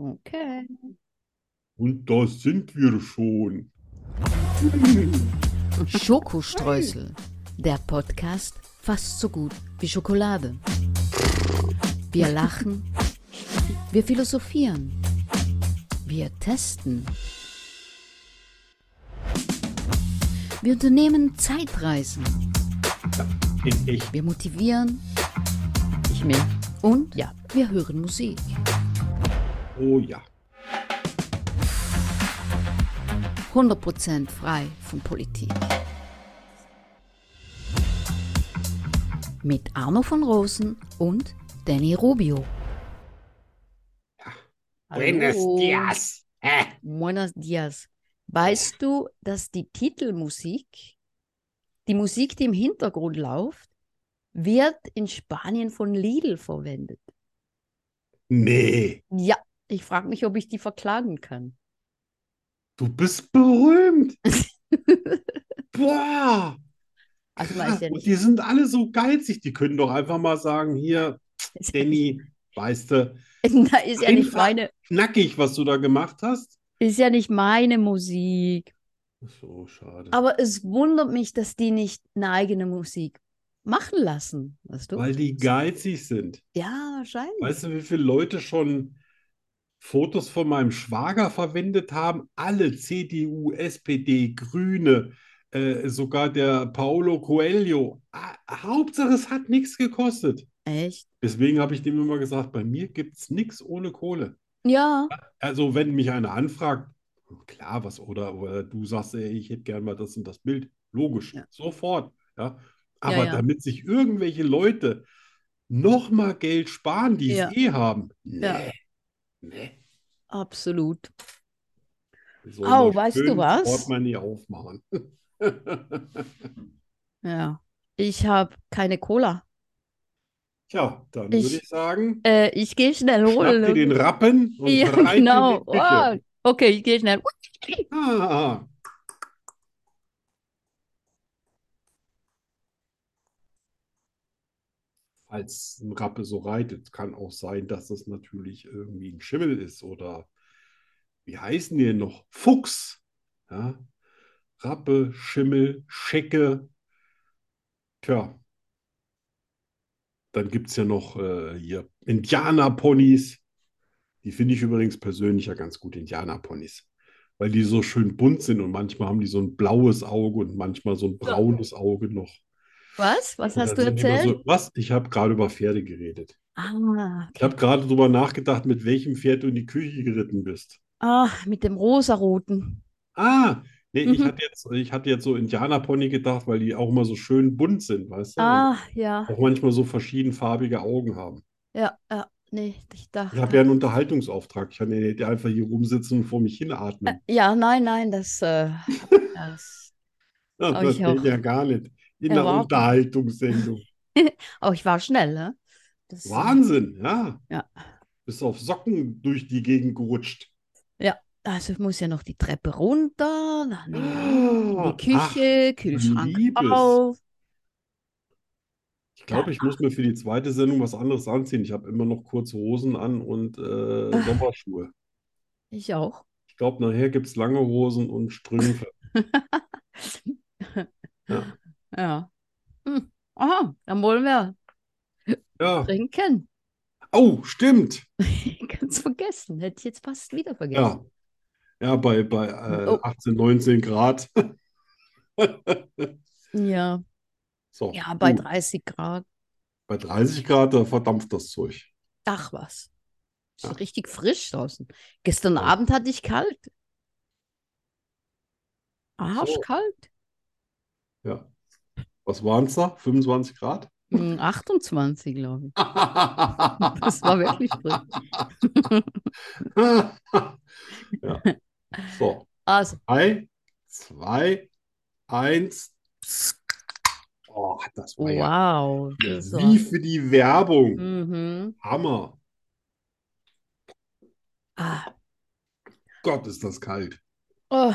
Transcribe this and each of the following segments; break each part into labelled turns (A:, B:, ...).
A: Okay.
B: Und da sind wir schon.
C: Schokostreusel, der Podcast fast so gut wie Schokolade. Wir lachen, wir philosophieren, wir testen. Wir unternehmen Zeitreisen,
B: In echt.
C: wir motivieren, ich mehr. Und ja, wir hören Musik.
B: Oh ja.
C: 100% frei von Politik. Mit Arno von Rosen und Danny Rubio.
A: Hallo.
B: Hä?
C: Buenos dias. Weißt du, dass die Titelmusik, die Musik, die im Hintergrund läuft, wird in Spanien von Lidl verwendet?
B: Nee,
C: Ja, ich frage mich, ob ich die verklagen kann.
B: du bist berühmt. Boah.
C: Also weiß ja
B: Und
C: nicht.
B: die sind alle so geizig. Die können doch einfach mal sagen, hier, Danny, weißt du,
C: Na, ist ja nicht
B: Einfach-
C: meine,
B: knackig, was du da gemacht hast.
C: ist ja nicht meine Musik.
B: So schade.
C: Aber es wundert mich, dass die nicht eine eigene Musik machen lassen, weißt du?
B: Weil die geizig sind.
C: ja, wahrscheinlich.
B: Weißt du, wie viele Leute schon Fotos von meinem Schwager verwendet haben? Alle CDU, SPD, Grüne, äh, sogar der Paolo Coelho. Ah, Hauptsache, es hat nichts gekostet.
C: Echt?
B: Deswegen habe ich dem immer gesagt, bei mir gibt es nichts ohne Kohle.
C: Ja,
B: Also, wenn mich einer anfragt, klar, was, oder, oder du sagst, ey, ich hätte gern mal das und das Bild, logisch,
C: Ja.
B: sofort, ja. Aber
C: ja.
B: damit sich irgendwelche Leute noch mal Geld sparen, die es
C: Ja.
B: eh haben, nee,
C: Ja.
B: nee.
C: absolut.
B: Wir sollen
C: Au,
B: mal
C: weißt du
B: schön
C: was?
B: Portemonnaie aufmachen.
C: Ja. Ich habe keine Cola.
B: Tja, dann
C: Ich-
B: würde ich sagen,
C: Äh, ich gehe schnell
B: schnapp dir
C: holen.
B: den Rappen und
C: ja,
B: rein in die
C: genau.
B: Küche.
C: Oh, okay, ich gehe schnell.
B: Ah. Falls ein Rappe so reitet, kann auch sein, dass es natürlich irgendwie ein Schimmel ist oder wie heißen die denn noch? Fuchs. Ja? Rappe, Schimmel, Schecke. Tja. Dann gibt es ja noch äh, hier Indianerponys. Die finde ich übrigens persönlich ja ganz gut, Indianerponys weil die so schön bunt sind und manchmal haben die so ein blaues Auge und manchmal so ein braunes Auge noch.
C: Was? Was
B: Und
C: hast du
B: dann sind die immer
C: erzählt?
B: So, was? Ich habe gerade über Pferde geredet.
C: Ah,
B: Ich habe gerade darüber nachgedacht, mit welchem Pferd du in die Küche geritten bist.
C: ah, mit dem rosaroten.
B: Ah, nee, ich
C: Mhm.
B: hatte jetzt, ich hatte jetzt so Indianerpony gedacht, weil die auch immer so schön bunt sind, weißt du?
C: Ah, ja.
B: Und auch manchmal so verschiedenfarbige Augen haben.
C: Ja, ja. Nee, ich
B: Ich habe ja
C: dachte.
B: einen Unterhaltungsauftrag. Ich kann ja nicht einfach hier rumsitzen und vor mich
C: Äh,
B: hinatmen.
C: Ja, nein, nein, das, äh, das.
B: Das
C: aber oh, ich
B: geht
C: auch.
B: ja gar nicht. In einer
C: Erwarten.
B: Unterhaltungssendung.
C: Aber ich war schnell, ne? Das, äh,
B: Wahnsinn, ja.
C: Ja.
B: Bist auf Socken durch die Gegend gerutscht.
C: Also ich muss ja noch die Treppe runter, dann in
B: Ah,
C: die Küche, Kühlschrank
B: liebes.
C: auf.
B: ich glaube, ich muss mir für die zweite Sendung was anderes anziehen. Ich habe immer noch kurze Hosen an und äh, Sommerschuhe.
C: Ich auch.
B: Ich glaube, nachher gibt es lange Hosen und Strümpfe. Ja.
C: Ja. Hm. Aha, dann wollen wir
B: Ja.
C: trinken.
B: Oh, stimmt.
C: Ganz vergessen. Hätte ich jetzt fast wieder
B: Ja.
C: vergessen.
B: Ja, bei, bei äh,
C: Oh.
B: 18, 19 Grad.
C: Ja.
B: So,
C: Ja, bei
B: gut.
C: 30 Grad.
B: Bei 30 Grad, da verdampft das Zeug.
C: Ach was. Ist
B: Ja.
C: richtig frisch draußen. Gestern
B: Ja.
C: Abend hatte ich kalt. Arschkalt.
B: Ja. Was waren es da? 25 Grad?
C: Hm, 28, glaube ich.
B: Das
C: Das war wirklich frisch.
B: ja. So,
C: Also,
B: drei, zwei, eins. Oh, das war ja
C: wow. das war-
B: wie für die Werbung.
C: Mhm.
B: Hammer.
C: Ah.
B: Gott, ist das kalt.
C: Oh,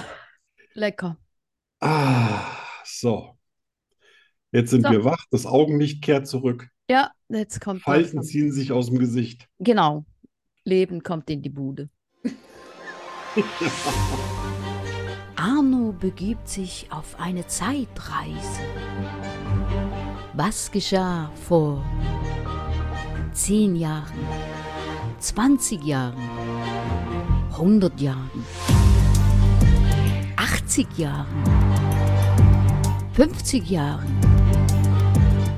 C: lecker.
B: Ah, so. Jetzt sind
C: So.
B: wir wach, das Augenlicht kehrt zurück,
C: Ja, jetzt kommt
B: Falten
C: langsam.
B: ziehen sich aus dem Gesicht.
C: Genau. Leben kommt in die Bude. Arno begibt sich auf eine Zeitreise. Was geschah vor 10 Jahren, 20 Jahren, 100 Jahren, 80 Jahren, 50 Jahren,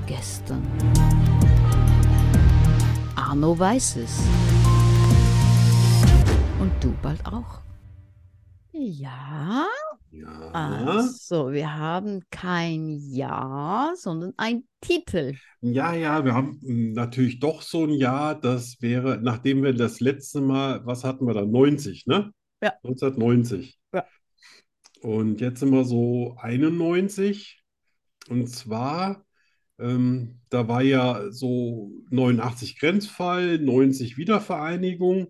C: gestern? Arno weiß es. Und du bald auch. Ja,
B: Ja.
C: also wir haben kein Jahr, sondern ein Titel.
B: Ja, ja, wir haben mm, natürlich doch so ein Jahr, das wäre, nachdem wir das letzte Mal, was hatten wir da? 90, ne?
C: Ja.
B: 1990.
C: Ja.
B: Und jetzt sind wir so 91. Und zwar, ähm, da war ja so 89 Grenzfall, 90 Wiedervereinigung.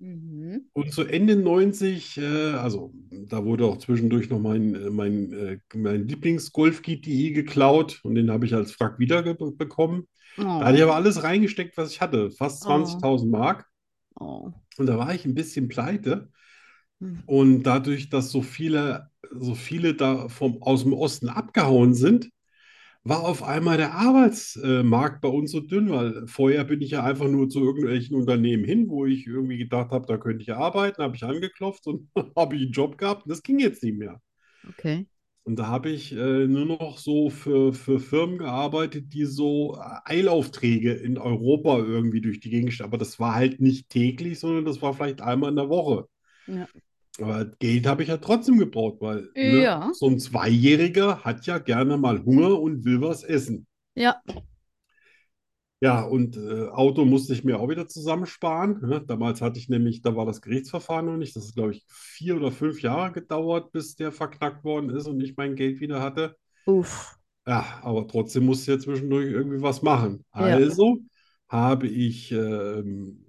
C: Mhm.
B: Und zu Ende 90, äh, also da wurde auch zwischendurch noch mein, äh, mein, äh, mein Lieblings-Golf-GTI geklaut und den habe ich als Wrack wiederbekommen. Da hatte ich aber alles reingesteckt, was ich hatte, fast
C: Oh.
B: 20.000 Mark.
C: Oh,
B: Und da war ich ein bisschen pleite.
C: Hm.
B: Und dadurch, dass so viele, so viele da vom, aus dem Osten abgehauen sind, war auf einmal der Arbeitsmarkt bei uns so dünn, weil vorher bin ich ja einfach nur zu irgendwelchen Unternehmen hin, wo ich irgendwie gedacht habe, da könnte ich arbeiten, habe ich angeklopft und habe ich einen Job gehabt. Und das ging jetzt nicht mehr.
C: okay.
B: Und da habe ich äh, nur noch so für, für Firmen gearbeitet, die so äh, Eilaufträge in Europa irgendwie durch die Gegend schicken. Aber das war halt nicht täglich, sondern das war vielleicht einmal in der Woche.
C: Ja.
B: Aber Geld habe ich ja trotzdem gebraucht, weil ne,
C: Ja.
B: so ein Zweijähriger hat ja gerne mal Hunger und will was essen.
C: Ja.
B: Ja, und äh, Auto musste ich mir auch wieder zusammensparen. Ne? Damals hatte ich nämlich, da war das Gerichtsverfahren noch nicht. Das ist, glaube ich, vier oder fünf Jahre gedauert, bis der verknackt worden ist und ich mein Geld wieder hatte.
C: Uff.
B: Ja, aber trotzdem musst du ja zwischendurch irgendwie was machen.
C: Ja.
B: Also habe ich ähm,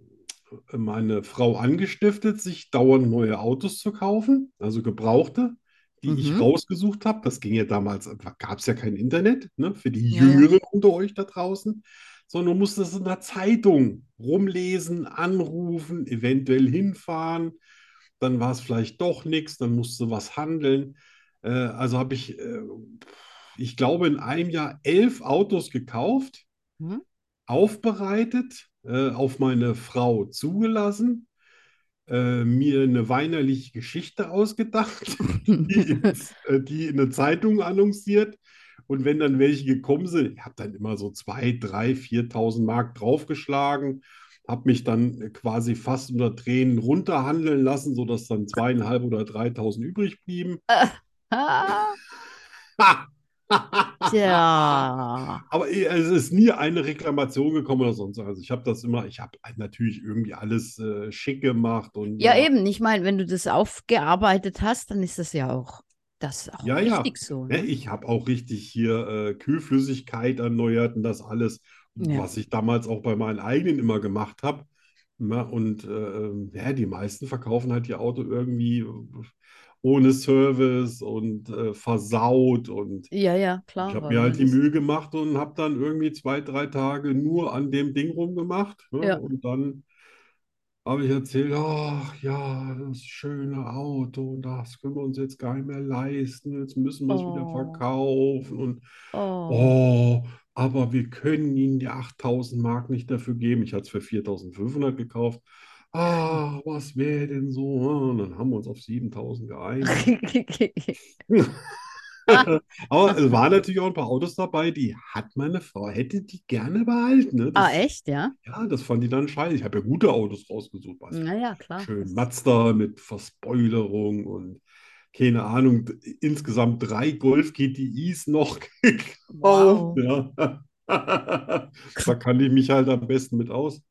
B: meine Frau angestiftet, sich dauernd neue Autos zu kaufen, also gebrauchte, die ich
C: Mhm.
B: rausgesucht habe. Das ging ja damals, gab es ja kein Internet, ne, für die
C: Ja, ja.
B: Jüngeren unter euch da draußen, sondern du musstest in der Zeitung rumlesen, anrufen, eventuell hinfahren. Dann war es vielleicht doch nichts, dann musst du was handeln. Äh, also habe ich, äh, ich glaube, in einem Jahr elf Autos gekauft
C: Mhm.
B: aufbereitet, äh, auf meine Frau zugelassen, äh, mir eine weinerliche Geschichte ausgedacht, die, ins, äh, die in der Zeitung annonciert. Und wenn dann welche gekommen sind, ich habe dann immer so 2.000, 3.000, 4.000 Mark draufgeschlagen, habe mich dann äh, quasi fast unter Tränen runterhandeln lassen, sodass dann 2.500 oder 3.000 übrig blieben.
C: Ah, tja.
B: Aber eh, es ist nie eine Reklamation gekommen oder sonst. was. Also ich habe das immer, ich habe natürlich irgendwie alles äh, schick gemacht und
C: Ja,
B: äh,
C: eben. Ich meine, wenn du das aufgearbeitet hast, dann ist das ja auch, das ist auch
B: Ja, ja.
C: richtig so.
B: ne,
C: Ne?
B: ich habe auch richtig hier äh, Kühlflüssigkeit erneuert und das alles,
C: Ja.
B: was ich damals auch bei meinen eigenen immer gemacht habe. Na, und äh, ja, die meisten verkaufen halt ihr Auto irgendwie ohne Service und äh, versaut und
C: Ja, ja, klar.
B: Ich habe
C: weil
B: mir halt
C: man
B: die
C: ist-
B: Mühe gemacht und habe dann irgendwie zwei, drei Tage nur an dem Ding rumgemacht. Ne?
C: Ja.
B: Und dann habe ich erzählt, ach ja, das schöne Auto, das können wir uns jetzt gar nicht mehr leisten, jetzt müssen wir es wieder
C: Oh.
B: verkaufen. Und
C: Oh.
B: oh, aber wir können Ihnen die 8000 Mark nicht dafür geben. Ich hatte es für 4500 gekauft. Ach, was wäre denn so? ne? Und dann haben wir uns auf 7000 geeinigt. Oh. Aber es waren natürlich auch ein paar Autos dabei, die hat meine Frau, hätte die gerne behalten. Ne?
C: Ah,
B: Das,
C: echt, ja?
B: ja, das fand die dann scheiße. Ich habe ja gute Autos rausgesucht, weißt du.
C: Naja, klar.
B: Schön
C: Das,
B: Mazda mit Verspoilerung und keine Ahnung, d- insgesamt drei Golf GTIs noch gekauft.
C: wow.
B: Ja. Da kann ich mich halt am besten mit aus.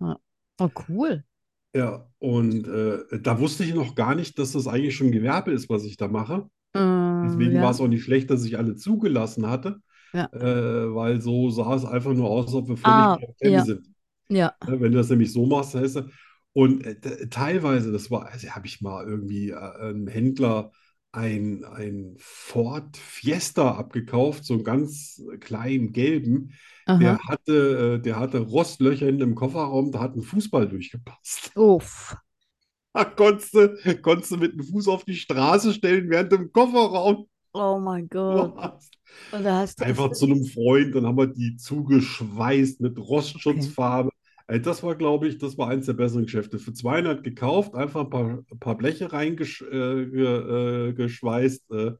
C: Oh, cool.
B: Ja, und äh, da wusste ich noch gar nicht, dass das eigentlich schon Gewerbe ist, was ich da mache.
C: Ähm,
B: Deswegen war
C: ja.
B: es auch nicht schlecht, dass ich alle zugelassen hatte,
C: Ja.
B: äh, weil so sah es einfach nur aus, als ob wir völlig
C: Ah,
B: auf Klemme
C: ja,
B: sind.
C: ja.
B: Ne, Wenn du das nämlich so machst, heißt das, und äh, d- teilweise, das war, also habe ich mal irgendwie äh, einen Händler ein, ein Ford Fiesta abgekauft, so einen ganz kleinen gelben. Der
C: Aha.
B: hatte, äh, der hatte Rostlöcher in dem Kofferraum, da hat ein Fußball durchgepasst.
C: Uff.
B: Da konntest du, konntest du mit dem Fuß auf die Straße stellen, während du im Kofferraum
C: Oh mein Gott.
B: warst.
C: Und da hast du
B: Oh. Einfach zu einem Freund, dann haben wir die zugeschweißt mit Rostschutzfarbe. Äh, Das war, glaube ich, das war eins der besseren Geschäfte. Für 200 gekauft, einfach ein paar, ein paar Bleche reingeschweißt, äh, ge- äh, geschweißt, äh,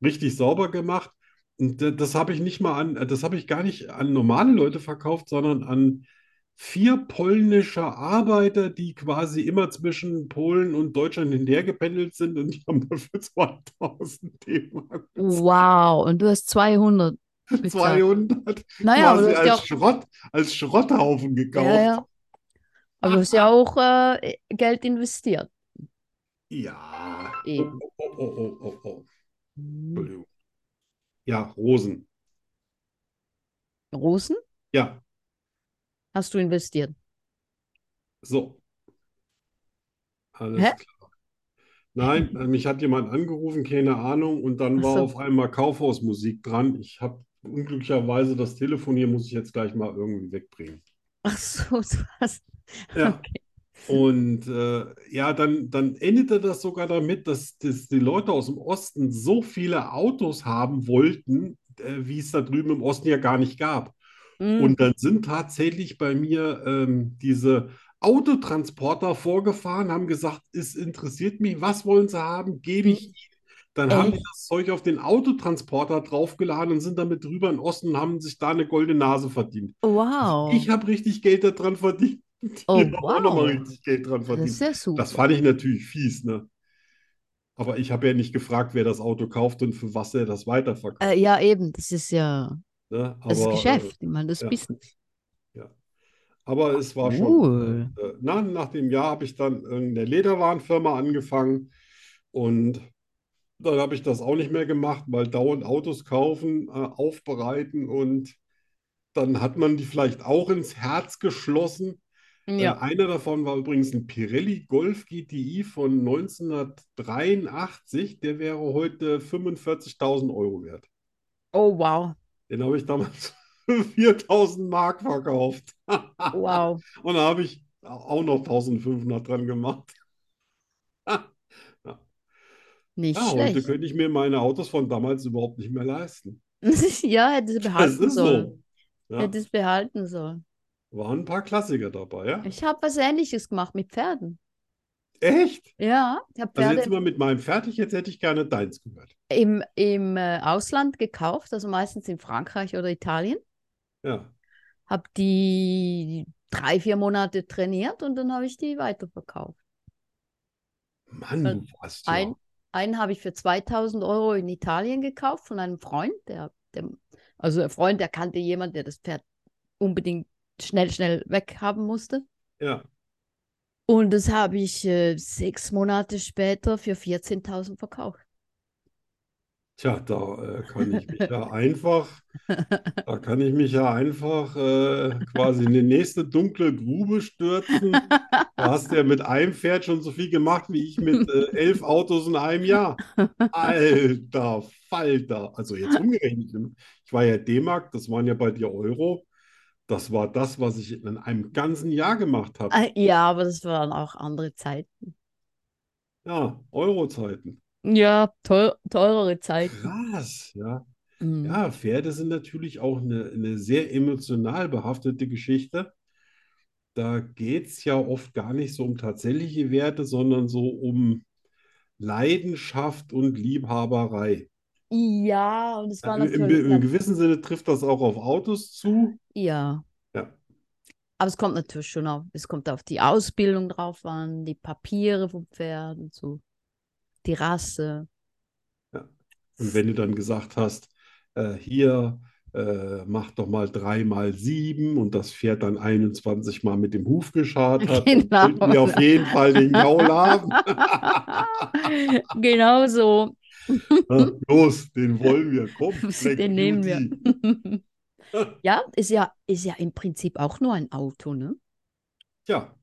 B: richtig sauber gemacht. Und d- das habe ich nicht mal an, äh, das habe ich gar nicht an normale Leute verkauft, sondern an vier polnische Arbeiter, die quasi immer zwischen Polen und Deutschland hinterhergependelt sind und die haben dafür 2000 D-Mark bezahlt.
C: Wow. Und du hast 200 bezahlt.
B: 200
C: Naja, aber
B: quasi
C: du hast Ah ja
B: als
C: auch,
B: Schrott, als Schrotthaufen
C: ja,
B: gekauft.
C: ja. Aber du hast ja auch äh, Geld investiert. Eh.
B: Ja. Oh,
C: Eben.
B: oh, oh, oh, oh, oh.
C: Hm.
B: Entschuldigung. Ja, Rosen.
C: Rosen
B: Ja,
C: hast du investiert.
B: so, alles
C: Hä?
B: klar. Nein, äh, mich hat jemand angerufen, keine Ahnung, und dann
C: Ach
B: war
C: so.
B: auf einmal Kaufhausmusik dran. Ich habe unglücklicherweise das Telefon hier, muss ich jetzt gleich mal irgendwie wegbringen.
C: Ach so, du hast.
B: Ja.
C: Okay.
B: Und äh, ja, dann, dann endete das sogar damit, dass, dass die Leute aus dem Osten so viele Autos haben wollten, äh, wie es da drüben im Osten ja gar nicht gab.
C: Hm.
B: Und dann sind tatsächlich bei mir ähm, diese Autotransporter vorgefahren, haben gesagt, es interessiert mich, was wollen Sie haben, gebe ich Ihnen. Dann haben die
C: Hm. Echt?
B: das Zeug auf den Autotransporter draufgeladen und sind damit drüber in den Osten und haben sich da eine goldene Nase verdient. Also
C: Wow.
B: ich habe richtig Geld daran verdient. Die
C: Oh,
B: haben auch nochmal
C: wow.
B: richtig Geld dran
C: Das ist
B: verdient.
C: ja
B: Das
C: super.
B: fand ich natürlich fies, ne? Aber ich habe ja nicht gefragt, wer das Auto kauft und für was er das
C: Äh,
B: weiterverkauft.
C: ja, eben, das ist ja,
B: Ne?
C: Äh, das ist
B: Aber
C: Geschäft, ich meine, das
B: äh, ja,
C: Business.
B: ja. Aber es war schon.
C: Cool.
B: Äh, na, nach dem Jahr habe ich dann in der Lederwarenfirma angefangen und dann habe ich das auch nicht mehr gemacht, weil dauernd Autos kaufen, äh, aufbereiten und dann hat man die vielleicht auch ins Herz geschlossen. Äh,
C: Ja.
B: einer davon war übrigens ein Pirelli Golf GTI von 1983. Der wäre heute 45.000 Euro wert.
C: Oh, wow.
B: Den habe ich damals für 4.000 Mark verkauft.
C: Wow.
B: Und da habe ich auch noch 1.500 dran gemacht. Ja,
C: Nicht
B: heute
C: schlecht.
B: könnte ich mir meine Autos von damals überhaupt nicht mehr leisten.
C: Ja, hätte sie
B: Das
C: behalten
B: ist
C: sollen.
B: so. Ja,
C: Hätte es behalten sollen.
B: waren ein paar Klassiker dabei, ja?
C: Ich habe was Ähnliches gemacht mit Pferden.
B: Echt?
C: Ja, ich habe
B: Also jetzt
C: Pferde
B: sind wir mit meinem fertig. Jetzt hätte ich gerne deins gehört.
C: im, im äh, Ausland gekauft, also meistens in Frankreich oder Italien.
B: Ja.
C: Habe die drei, vier Monate trainiert und dann habe ich die weiterverkauft.
B: Mann,
C: Äh,
B: du warst ja.
C: Ein, einen habe ich für 2000 Euro in Italien gekauft von einem Freund, der, der also ein Freund, der kannte jemanden, der das Pferd unbedingt schnell, schnell weghaben musste.
B: Ja.
C: Und das habe ich äh, sechs Monate später für 14.000 verkauft.
B: Tja, da äh, kann ich mich ja einfach, da kann ich mich ja einfach äh, quasi in die nächste dunkle Grube stürzen. Da hast du ja mit einem Pferd schon so viel gemacht wie ich mit äh, elf Autos in einem Jahr. Alter Falter. Also jetzt umgerechnet. ne? Ich war ja D-Mark, das waren ja bei dir Euro. Das war das, was ich in einem ganzen Jahr gemacht habe.
C: Ah, Ja, aber das waren auch andere Zeiten.
B: Ja, Euro-Zeiten.
C: Ja, teu teurere Zeiten.
B: Krass, ja.
C: Mhm.
B: Ja, Pferde sind natürlich auch eine, eine sehr emotional behaftete Geschichte. Da geht es ja oft gar nicht so um tatsächliche Werte, sondern so um Leidenschaft und Liebhaberei.
C: Ja, und es war
B: Äh, Im, im,
C: natürlich,
B: im
C: nat-
B: gewissen Sinne trifft das auch auf Autos zu.
C: ja,
B: Ja,
C: aber es kommt natürlich schon auf, es kommt auf die Ausbildung drauf an, die Papiere vom Pferd und so, die Rasse.
B: ja. Und wenn du dann gesagt hast, äh, hier, äh, mach doch mal drei mal sieben und das Pferd dann 21 Mal mit dem Huf geschart hat, dann
C: Genau.
B: wollten die auf jeden Fall den Gaul haben.
C: Genau so.
B: Na, los, den wollen wir. Komm, Black
C: Hm? Den nehmen wir.
B: Beauty.
C: Ja, ist ja, ist ja im Prinzip auch nur ein Auto, ne?
B: Tja,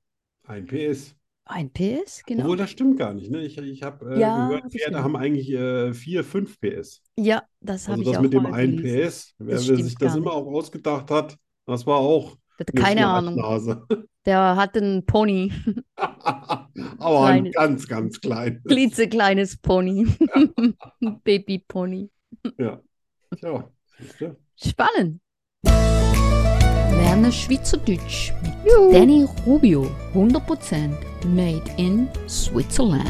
B: ein PS.
C: Ein PS, genau.
B: Obwohl, das stimmt gar nicht. Ne? Ich, ich habe äh,
C: Ja,
B: gehört,
C: das
B: Pferde
C: stimmt.
B: haben eigentlich äh, 4, 5 PS.
C: Ja, das habe
B: Also
C: ich
B: das
C: auch
B: mit dem
C: mal
B: einen
C: gelesen.
B: PS, wer,
C: Das
B: wer
C: stimmt
B: sich das
C: gar
B: immer auch ausgedacht hat, das war auch
C: Der hat
B: eine
C: keine Ahnung.
B: Schnarchnase.
C: Der hat einen Pony,
B: Aber ein ganz,
C: Kleines.
B: ganz klein.
C: klitzekleines Pony, ein Babypony.
B: Ja. Tja, siehst du?
C: Spannend. Lerne Schweizerdeutsch mit Danny Rubio. 100% made in Switzerland.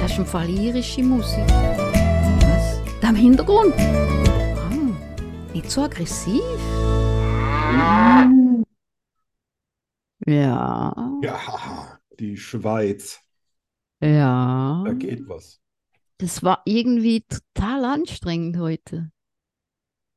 C: Das ist im Fall irische Musik. Was? Da im Hintergrund. Ah, nicht so aggressiv. Ja.
B: Ja, die Schweiz,
C: Ja.
B: da geht was.
C: Das war irgendwie total anstrengend heute.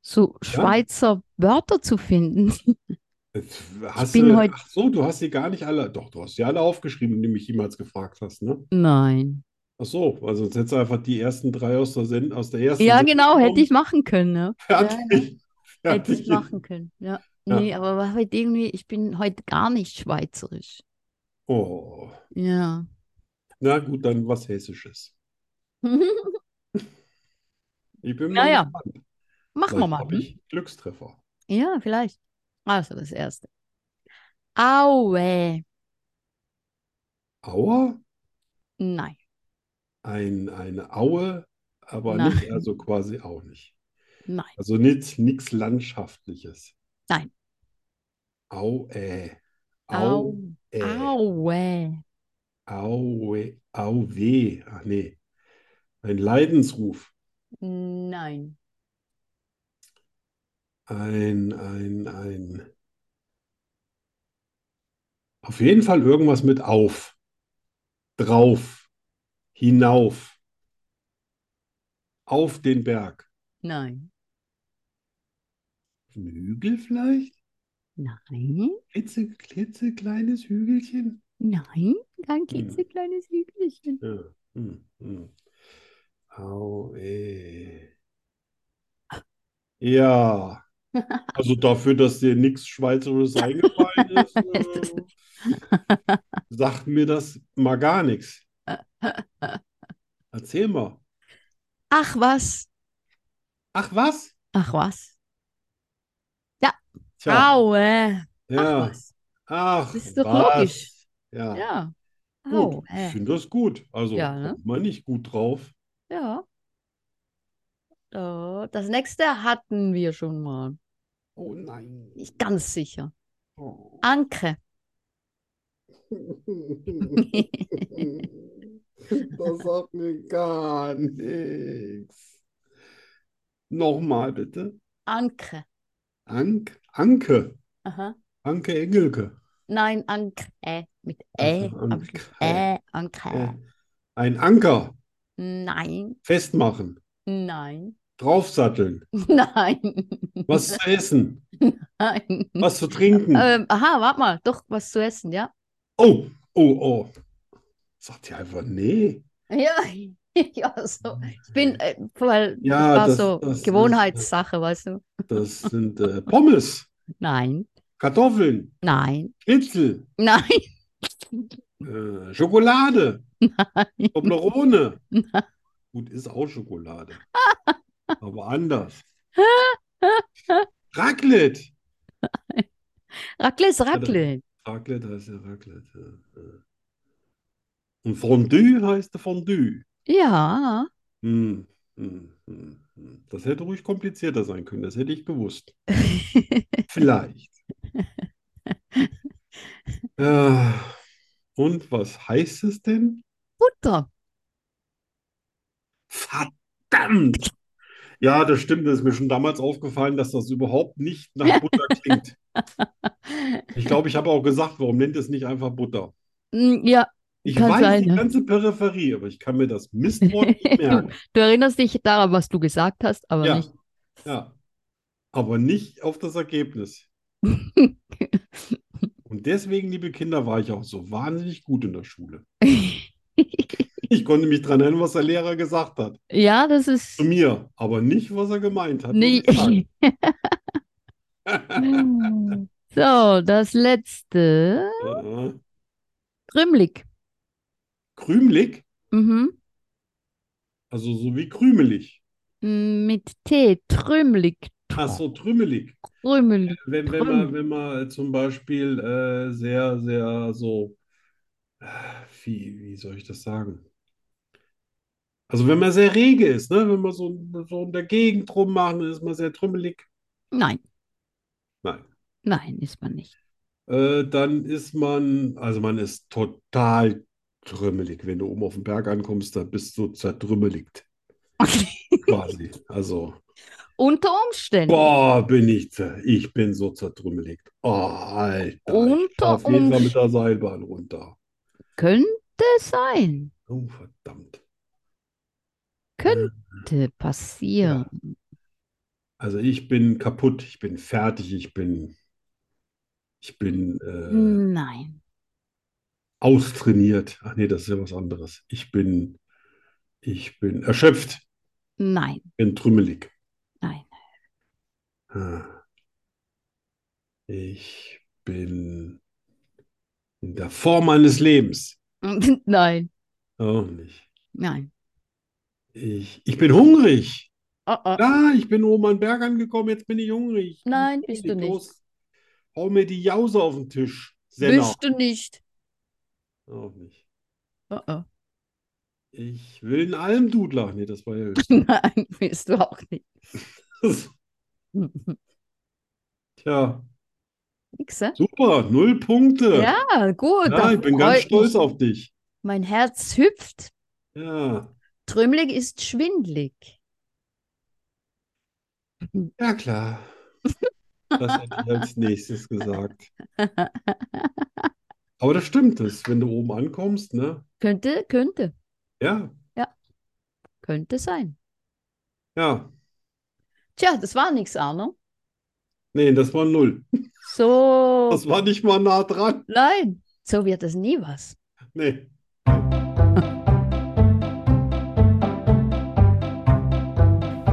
C: So Schweizer Wörter zu finden.
B: Jetzt Hast
C: bin
B: du,
C: heut-
B: ach so, du hast sie gar nicht alle, doch, du hast sie alle aufgeschrieben, die mich jemals gefragt hast, ne?
C: Nein.
B: Ach so, also jetzt hättest du einfach die ersten drei aus der, Send aus der ersten
C: Ja,
B: Sendung
C: genau, hätte ich
B: genommen.
C: machen können, ne?
B: Fertig.
C: Hätte ich
B: Fertig.
C: machen können, ja.
B: Ja.
C: Nee, aber war heute irgendwie, ich bin heute gar nicht schweizerisch.
B: Oh,
C: Ja.
B: na gut, dann was Hessisches. Ich bin mal
C: Naja,
B: gespannt.
C: Machen wir
B: Vielleicht
C: mal.
B: habe ich Glückstreffer.
C: hm? Ja, vielleicht. Also das erste. Aue.
B: Aua?
C: Nein.
B: Ein, eine Aue, aber
C: Nein.
B: nicht, also quasi auch nicht.
C: Nein.
B: Also nichts, nichts Landschaftliches.
C: Nein.
B: Au, äh.
C: Au.
B: Au, äh.
C: Aue.
B: Aue, au weh. Ach nee. Ein Leidensruf.
C: Nein.
B: Ein, ein, ein. Auf jeden Fall irgendwas mit auf. Drauf. Hinauf. Auf den Berg.
C: Nein.
B: Ein Hügel vielleicht?
C: Nein.
B: Klitze, klitzekleines Hügelchen?
C: Nein. Ein klitzekleines Hügelchen.
B: Ja. Hm, hm. Au, eh. Ja. Also dafür, dass dir nichts Schweizerisches eingefallen ist, äh, sagt mir das mal gar nichts. Erzähl mal.
C: Ach was.
B: Ach was?
C: Ach was.
B: Tja,
C: Aue.
B: ja.
C: Ach was.
B: Ach
C: Ist doch
B: was.
C: logisch.
B: Ja,
C: Ja. Oh, äh,
B: gut.
C: Aue.
B: Ich finde das gut. Also
C: Ja, ne?
B: kommt man nicht gut drauf.
C: Ja. Da- Das nächste hatten wir schon mal.
B: Oh nein.
C: Nicht ganz sicher.
B: Oh.
C: Anke.
B: Das sagt mir gar nichts. Nochmal bitte.
C: Anke.
B: Ank Anke.
C: Aha.
B: Anke Engelke.
C: Nein, Anke. Äh, Mit E.
B: Also
C: Ä am
B: Anke. Äh.
C: Schluss. Ä, Äh, Anke.
B: Ja. Ein Anker.
C: Nein,
B: Festmachen.
C: nein,
B: Draufsatteln.
C: nein,
B: Was zu essen.
C: nein.
B: Was zu trinken.
C: Ähm, aha, warte mal. Doch, was zu essen, ja?
B: Oh, oh, oh. Sagt ihr einfach, nee.
C: Ja, ja, so. Ich bin, äh, weil das
B: Ja,
C: war
B: das-
C: so
B: das ist-
C: Gewohnheitssache, weißt du?
B: Das sind äh, Pommes,
C: Nein,
B: Kartoffeln,
C: nein,
B: Schnitzel,
C: nein,
B: äh, Schokolade, Toblerone. Gut, ist auch Schokolade. Aber anders. Raclette.
C: Raclette, ist Raclette.
B: Raclette heißt ja Raclette. ja, ja. Und Fondue heißt Fondue.
C: Ja,
B: Hm, hm, hm, hm. Das hätte ruhig komplizierter sein können, das hätte ich gewusst. Vielleicht. Äh, und was heißt es denn?
C: Butter.
B: Verdammt! Ja, das stimmt, das ist mir schon damals aufgefallen, dass das überhaupt nicht nach Butter klingt. Ich glaube, ich habe auch gesagt, warum nennt es nicht einfach Butter?
C: Mm, Ja,
B: Ich
C: Kann
B: weiß
C: sein, ne?
B: die
C: ja.
B: ganze Peripherie, aber ich kann mir das Mistwort nicht merken.
C: du erinnerst dich daran, was du gesagt hast, aber
B: Ja,
C: nicht.
B: ja. Aber nicht auf das Ergebnis. Und deswegen, liebe Kinder, war ich auch so wahnsinnig gut in der Schule. Ich konnte mich daran erinnern, was der Lehrer gesagt hat.
C: Ja, das ist
B: Zu mir, aber nicht, was er gemeint hat. muss
C: nicht.
B: ich sagen.
C: So, das letzte.
B: Äh,
C: Krümelig.
B: Krümelig?
C: Mhm.
B: Also so wie krümelig.
C: Mm, Mit T. Trümelig.
B: Ach so, trümmelig.
C: Krümelig.
B: Wenn, wenn man, wenn man zum Beispiel äh, sehr, sehr so, äh, wie, wie soll ich das sagen? Also wenn man sehr rege ist, ne? Wenn man so, so in der Gegend rummachen, dann ist man sehr trümmelig.
C: Nein,
B: Nein.
C: nein, ist man nicht.
B: Äh, dann ist man, also man ist total trümmelig. Wenn du oben auf den Berg ankommst, dann bist du zertrümmeligt, quasi. Also,
C: Unter Umständen.
B: boah, bin ich, zer- ich bin so zertrümmelt. Oh, Alter, ich
C: Unter
B: auf jeden Fall
C: Umst-
B: mit der Seilbahn runter.
C: Könnte sein.
B: Oh, verdammt.
C: Könnte äh, passieren.
B: Also ich bin kaputt, ich bin fertig, ich bin, ich bin
C: Hm.
B: äh,
C: Nein.
B: austrainiert. Ach nee, das ist ja was anderes. Ich bin, ich bin erschöpft,
C: Nein.
B: bin trümmelig.
C: Nein.
B: Ah. Ich bin in der Form meines Lebens.
C: Nein.
B: Auch nicht.
C: Nein.
B: Ich, ich bin hungrig.
C: Oh, oh.
B: Ja, ich bin oben an den Berg angekommen, jetzt bin ich hungrig.
C: Nein, bist du nicht.
B: Los, hau mir die Jause auf den Tisch. Senna.
C: Bist du nicht.
B: Auch nicht.
C: Oh, oh.
B: Ich will einen Almdudler. Nee, das war ja
C: Nein, bist du auch nicht.
B: höchstens. Tja,
C: Nix, hä?
B: super, null Punkte.
C: Ja, gut.
B: Ja, Äh. ich bin ganz stolz auf dich.
C: Mein Herz hüpft.
B: Ja,
C: Trümmelig ist schwindlig.
B: ja klar. Das hätte ich als nächstes gesagt. Aber das stimmt es, wenn du oben ankommst, ne?
C: Könnte, könnte,
B: Ja,
C: könnte sein.
B: ja.
C: Tja, das war nichts, Arno.
B: Nee, das war null.
C: So,
B: Das war nicht mal nah dran.
C: nein, so wird es nie was.
B: Nee.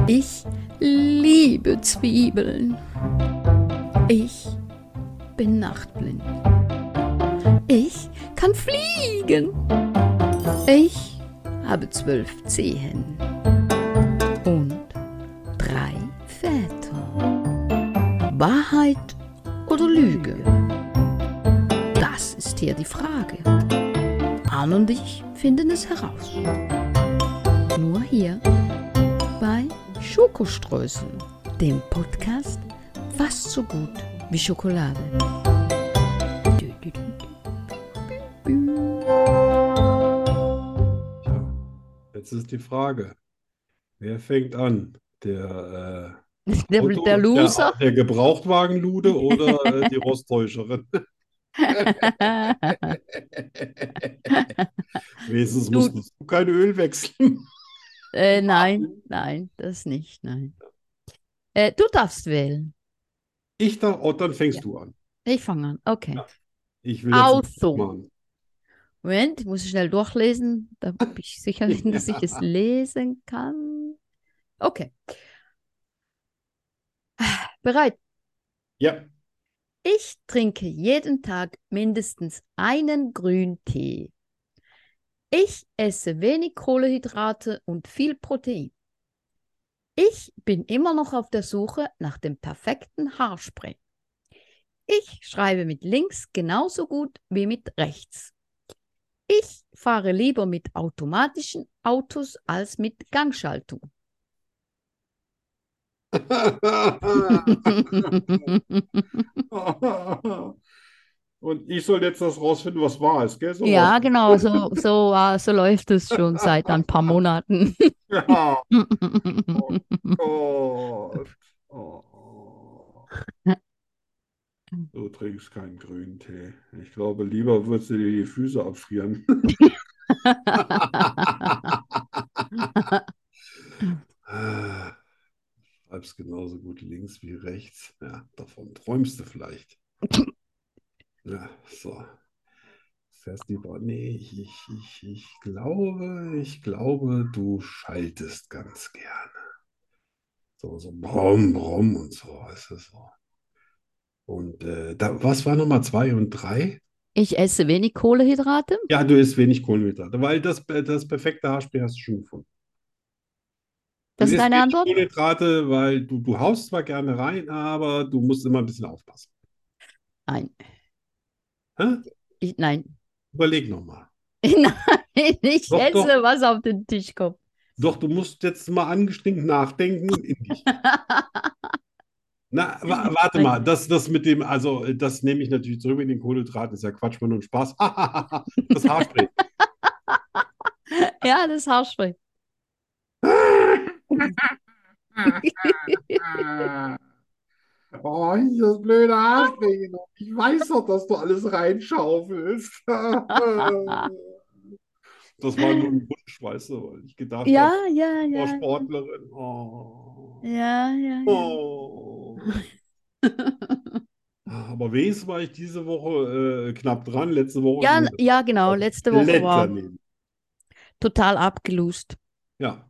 C: Ich liebe Zwiebeln. Ich bin nachtblind. Ich kann fliegen. Ich habe zwölf Zehen und drei Väter. Wahrheit oder Lüge? Das ist hier die Frage. Arne und ich finden es heraus. Nur hier bei Schokoströßen, dem Podcast fast so gut wie Schokolade.
B: Tja, jetzt ist die Frage, wer fängt an? Der, äh,
C: Der,
B: Auto,
C: der Loser.
B: der, der Gebrauchtwagenlude oder äh, die Rostäuscherin? Wenigstens
C: Du-
B: musstest du kein Öl wechseln.
C: äh, nein, nein, das nicht, nein. Äh, du darfst wählen.
B: Ich da, oh, dann fängst
C: Ja.
B: du an.
C: Ich fange an. Okay. Also,
B: Ja. Ich will jetzt nicht
C: Auto.
B: machen.
C: Moment, ich muss schnell durchlesen. Da bin ich sicher, dass ich es
B: Ja.
C: lesen kann. Okay. Bereit.
B: Ja,
C: Ich trinke jeden Tag mindestens einen Grüntee. Ich esse wenig Kohlenhydrate und viel Protein. Ich bin immer noch auf der Suche nach dem perfekten Haarspray. Ich schreibe mit links genauso gut wie mit rechts. Ich fahre lieber mit automatischen Autos als mit Gangschaltung.
B: Und ich soll jetzt das rausfinden, was wahr ist, gell? So
C: Ja,
B: was.
C: genau, so, so, war- so läuft es schon seit ein paar Monaten.
B: Ja. Gott. Oh. Du trinkst keinen grünen Tee. Ich glaube, lieber würdest du dir die Füße abfrieren. Ah, Schreibst genauso gut links wie rechts. Ja, davon träumst du vielleicht. Ja, so. Fährst die Bahn. Nee, ich, ich, ich, ich glaube, ich glaube, du schaltest ganz gerne. So, so brumm, brumm und so, weißt du so. Und äh, da, was war Nummer zwei und drei?
C: Ich esse wenig Kohlehydrate.
B: Ja, du isst wenig Kohlenhydrate, weil das, äh, das perfekte Haarspray hast du schon gefunden.
C: Das
B: Du
C: ist
B: isst
C: deine
B: wenig
C: Antwort?
B: Kohlenhydrate, weil du, du haust zwar gerne rein, aber du musst immer ein bisschen aufpassen.
C: Nein.
B: Hä?
C: Ich, nein.
B: Überleg nochmal.
C: Nein, ich
B: Doch,
C: esse,
B: doch.
C: was auf den Tisch kommt.
B: Doch, du musst jetzt mal angestrengt nachdenken und in dich. Na, wa warte mal, das, das mit dem, also äh, das nehme ich natürlich zurück mit den Kohlenhydraten, ist ja Quatsch, Mann und Spaß. das Haarspray.
C: ja, das Haarspray.
B: Ah. Oh, dieses blöde Haarspray. Ich weiß doch, dass du alles reinschaufelst. Das war nur ein Wunsch, weißt du, weil ich gedacht habe,
C: Ja, ja,
B: ich war
C: ja.
B: Sportlerin. Oh.
C: Ja, ja, ja.
B: Oh. Ah, Aber wenigstens war ich diese Woche äh, knapp dran. Letzte Woche
C: Ja,
B: schon
C: n- ja,
B: Oh,
C: genau. Letzte Woche
B: komplett
C: war
B: daneben.
C: total abgelust.
B: Ja.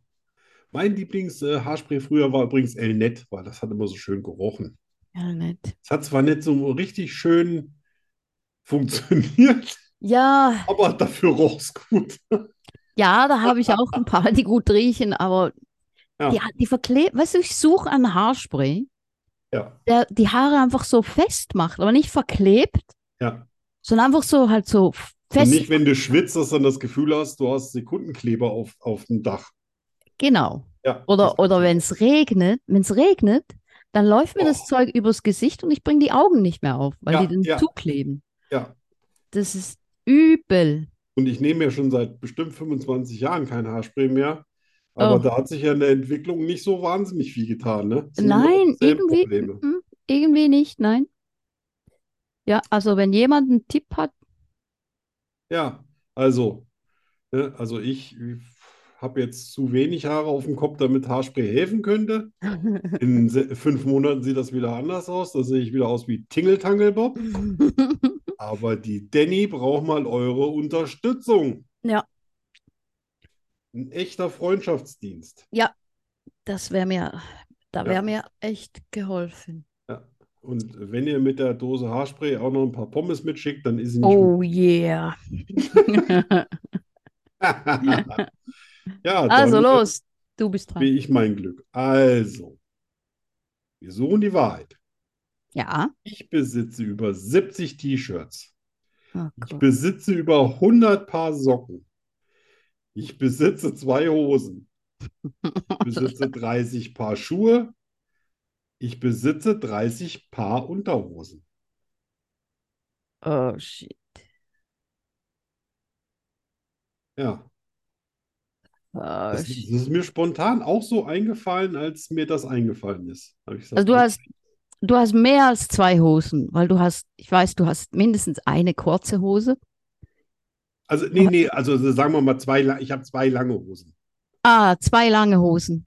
B: Mein Lieblings-Haarspray früher war übrigens El Net, weil das hat immer so schön gerochen.
C: Ja, nett.
B: Es hat zwar nicht so richtig schön funktioniert,
C: Ja,
B: aber dafür roch es gut.
C: ja, da habe ich auch ein paar, die gut riechen, aber
B: Ja.
C: die, die verklebt, weißt du, ich suche ein Haarspray,
B: Ja,
C: der die Haare einfach so fest macht, aber nicht verklebt,
B: ja.
C: sondern einfach so halt so f-
B: Und
C: fest.
B: nicht, wenn du schwitzt, dass du dann das Gefühl hast, du hast Sekundenkleber auf, auf dem Dach.
C: Genau.
B: Ja,
C: Oder,
B: das-
C: oder wenn es regnet, wenn es regnet, dann läuft mir das
B: Oh.
C: Zeug übers Gesicht und ich bringe die Augen nicht mehr auf, weil
B: Ja,
C: die dann
B: ja.
C: zukleben.
B: ja.
C: Das ist übel.
B: Und ich nehme ja schon seit bestimmt 25 Jahren kein Haarspray mehr. Aber
C: Oh.
B: da hat sich ja in der Entwicklung nicht so wahnsinnig viel getan, ne? Es sind immer noch
C: Nein,
B: dieselben
C: irgendwie,
B: Probleme.
C: mm, irgendwie nicht, nein. Ja, also wenn jemand einen Tipp hat,
B: Ja, also, ne, also ich habe jetzt zu wenig Haare auf dem Kopf, damit Haarspray helfen könnte. In se- fünf Monaten sieht das wieder anders aus. Da sehe ich wieder aus wie
C: Mhm.
B: Tingle-Tangle-Bob. Aber die Danny braucht mal eure Unterstützung.
C: Ja.
B: Ein echter Freundschaftsdienst.
C: das wäre mir, da wäre mir echt geholfen.
B: Und wenn ihr mit der Dose Haarspray auch noch ein paar Pommes mitschickt, dann ist sie nicht
C: Oh yeah.
B: mehr. Ja,
C: Also
B: dann
C: los, du bist dran.
B: probiere ich mein Glück. Also, wir suchen die Wahrheit.
C: Ja.
B: Ich besitze über 70 T-Shirts.
C: Oh
B: Ich
C: Gott.
B: besitze über 100 Paar Socken. Ich besitze zwei Hosen. Ich besitze 30 Paar Schuhe. Ich besitze 30 Paar Unterhosen.
C: Oh shit.
B: Ja.
C: Oh,
B: Das,
C: shit.
B: das ist mir spontan auch so eingefallen, als mir das eingefallen ist. Hab ich gesagt, ne?
C: Also du hast, du hast mehr als zwei Hosen, weil du hast, ich weiß, du hast mindestens eine kurze Hose.
B: also nee, nee, also sagen wir mal zwei, la- ich habe zwei lange Hosen.
C: Ah, zwei lange Hosen.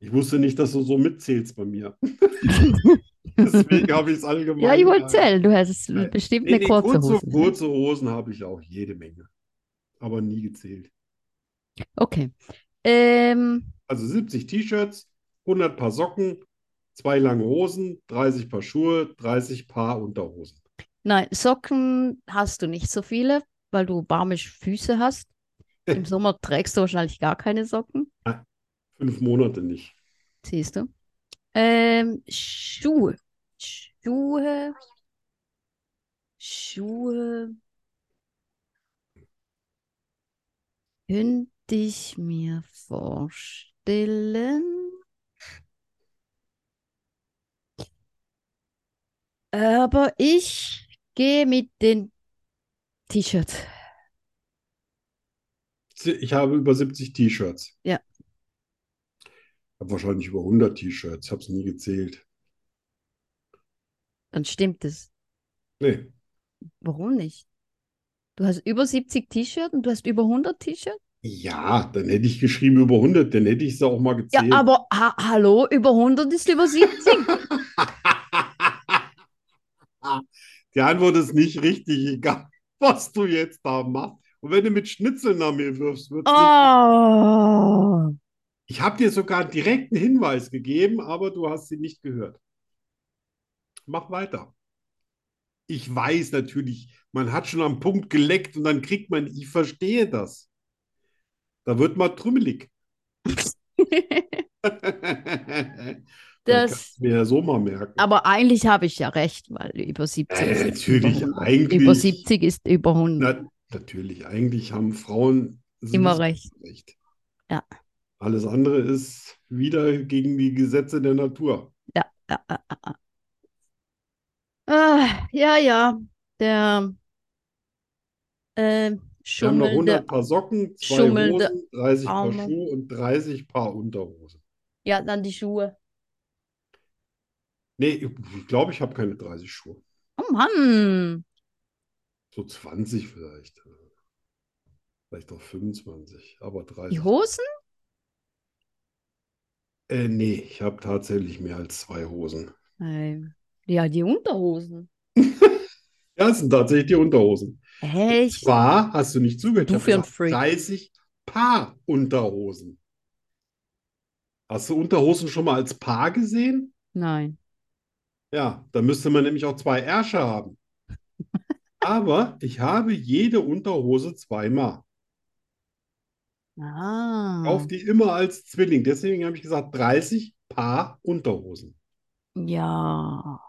B: Ich wusste nicht, dass du so mitzählst bei mir. Deswegen habe ich es allgemein.
C: Ja, ich wollte
B: gehalten.
C: zählen. Du hast
B: Nein.
C: bestimmt
B: Nee,
C: eine
B: nee,
C: kurze
B: kurze,
C: Hose. ne?
B: kurze Hosen habe ich auch jede Menge, aber nie gezählt.
C: Okay. Ähm,
B: Also 70 T-Shirts, 100 Paar Socken, zwei lange Hosen, 30 Paar Schuhe, 30 Paar Unterhosen.
C: nein, Socken hast du nicht so viele, weil du warme Füße hast. Im Sommer trägst du wahrscheinlich gar keine Socken.
B: Fünf Monate nicht.
C: Siehst du? Ähm, Schuhe. Schuhe. Schuhe. Könnte ich mir vorstellen. Aber ich gehe mit den T-Shirts.
B: Ich habe über 70 T-Shirts.
C: Ja.
B: habe wahrscheinlich über 100 T-Shirts, habe es nie gezählt.
C: Dann stimmt es.
B: Nee,
C: Warum nicht? Du hast über 70 T-Shirts und du hast über 100 T-Shirts?
B: ja, dann hätte ich geschrieben über 100, dann hätte ich es auch mal
C: Ja,
B: gezählt.
C: aber ha hallo, über 100 ist über 70.
B: Die Antwort ist nicht richtig, egal was du jetzt da machst. Und wenn du mit Schnitzeln nach mir wirfst, wird nicht.
C: Oh.
B: Ich habe dir sogar einen direkten Hinweis gegeben, aber du hast ihn nicht gehört. Mach weiter. ich weiß natürlich, man hat schon am Punkt geleckt und dann kriegt man, ich verstehe das. Da wird man trümmelig.
C: Das-
B: mir ja so mal merken.
C: Aber eigentlich habe ich ja recht, weil über 70
B: Äh,
C: ist
B: natürlich,
C: über 100.
B: eigentlich.
C: Über 70 ist über 100
B: Na, natürlich, eigentlich haben Frauen
C: immer
B: sowieso
C: recht.
B: recht.
C: Ja.
B: Alles andere ist wieder gegen die Gesetze der Natur.
C: Ah, ah, ah, ah. Ah, ja, ja, der äh,
B: Wir haben noch 100
C: schummelnde,
B: Paar Socken, zwei
C: schummelnde
B: Hosen, 30 Paar
C: Arme.
B: Schuhe und 30 Paar Unterhosen.
C: ja, dann die Schuhe.
B: Nee, ich glaube, ich habe keine 30 Schuhe.
C: Oh Mann,
B: So 20 vielleicht. Vielleicht auch 25, aber
C: die
B: 30.
C: Hosen?
B: Äh, nee, ich habe tatsächlich mehr als zwei Hosen.
C: Nein. Ja, die Unterhosen.
B: Ja, es sind tatsächlich die Unterhosen. Äh,
C: Echt?
B: Zwar hast du nicht zugehört,
C: Du
B: ich hab
C: für ein
B: gesagt,
C: Freak.
B: 30 Paar Unterhosen. Hast du Unterhosen schon mal als Paar gesehen?
C: Nein.
B: Ja, da müsste man nämlich auch zwei Ärsche haben. Aber ich habe jede Unterhose zweimal. Auf
C: Ah,
B: die immer als Zwilling. Deswegen habe ich gesagt, 30 Paar Unterhosen.
C: ja.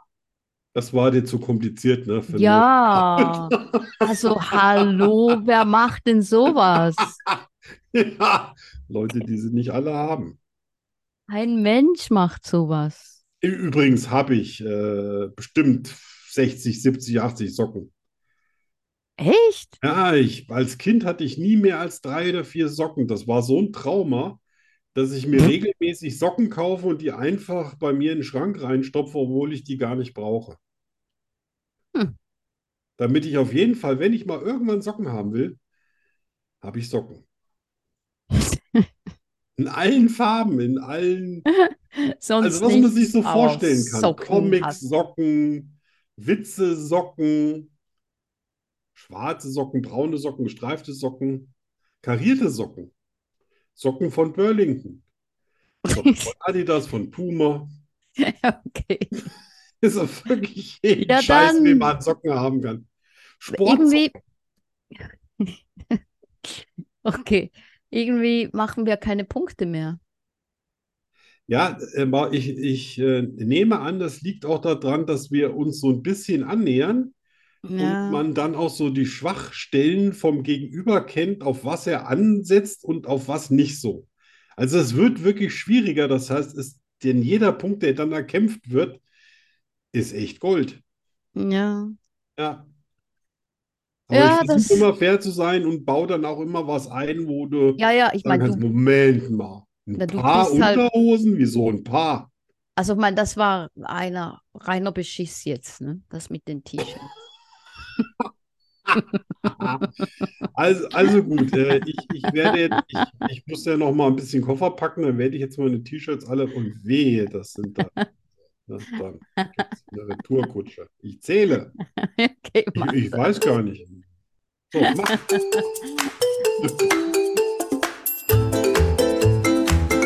B: Das war dir zu kompliziert, ne? Für
C: Ja. Also, hallo, wer macht denn sowas?
B: nur- Ja, Leute, die sie nicht alle haben.
C: Ein Mensch macht sowas.
B: Übrigens habe ich äh, bestimmt 60, 70, 80 Socken.
C: Echt?
B: Ja, ich, als Kind hatte ich nie mehr als drei oder vier Socken. Das war so ein Trauma, dass ich mir regelmäßig Socken kaufe und die einfach bei mir in den Schrank reinstopfe, obwohl ich die gar nicht brauche.
C: Hm.
B: Damit ich auf jeden Fall, wenn ich mal irgendwann Socken haben will, habe ich Socken. In allen Farben, in allen, also
C: Sonst
B: was man sich
C: nichts,
B: so
C: aber
B: vorstellen kann.
C: Socken
B: Comics,
C: hast-
B: Socken, Witze, Socken, schwarze Socken, braune Socken, gestreifte Socken, karierte Socken, Socken von Burlington, Socken von Adidas, von Puma.
C: Okay.
B: Ist doch wirklich jeden
C: Ja,
B: Scheiß, den
C: dann-
B: man an Socken haben kann.
C: Irgendwie. Okay. Irgendwie machen wir keine Punkte mehr.
B: Ja, aber ich, ich äh, nehme an, das liegt auch daran, dass wir uns so ein bisschen annähern
C: Ja.
B: und man dann auch so die Schwachstellen vom Gegenüber kennt, auf was er ansetzt und auf was nicht so. Also es wird wirklich schwieriger. Das heißt, es, denn jeder Punkt, der dann erkämpft wird, ist echt Gold.
C: Ja.
B: Ja.
C: Ja,
B: Aber ich
C: das-
B: versuche immer fair zu sein und baue dann auch immer was ein, wo du
C: Ja, ja, ich
B: sagen
C: meine,
B: kannst,
C: du,
B: Moment mal, ein
C: Na, du
B: paar
C: bist halt-
B: Unterhosen, wieso ein paar?
C: also ich meine, das war einer reiner Beschiss jetzt, ne? Das mit den T-Shirts. Ah.
B: Also, also gut, äh, ich, ich werde jetzt, ich, ich muss ja noch mal ein bisschen Koffer packen, dann werde ich jetzt meine T-Shirts alle und wehe, das sind da. Das, dann gibt's eine Retourkutsche. Ich zähle.
C: Okay,
B: Ich,
C: mach
B: ich
C: das.
B: weiß gar nicht. So, mach.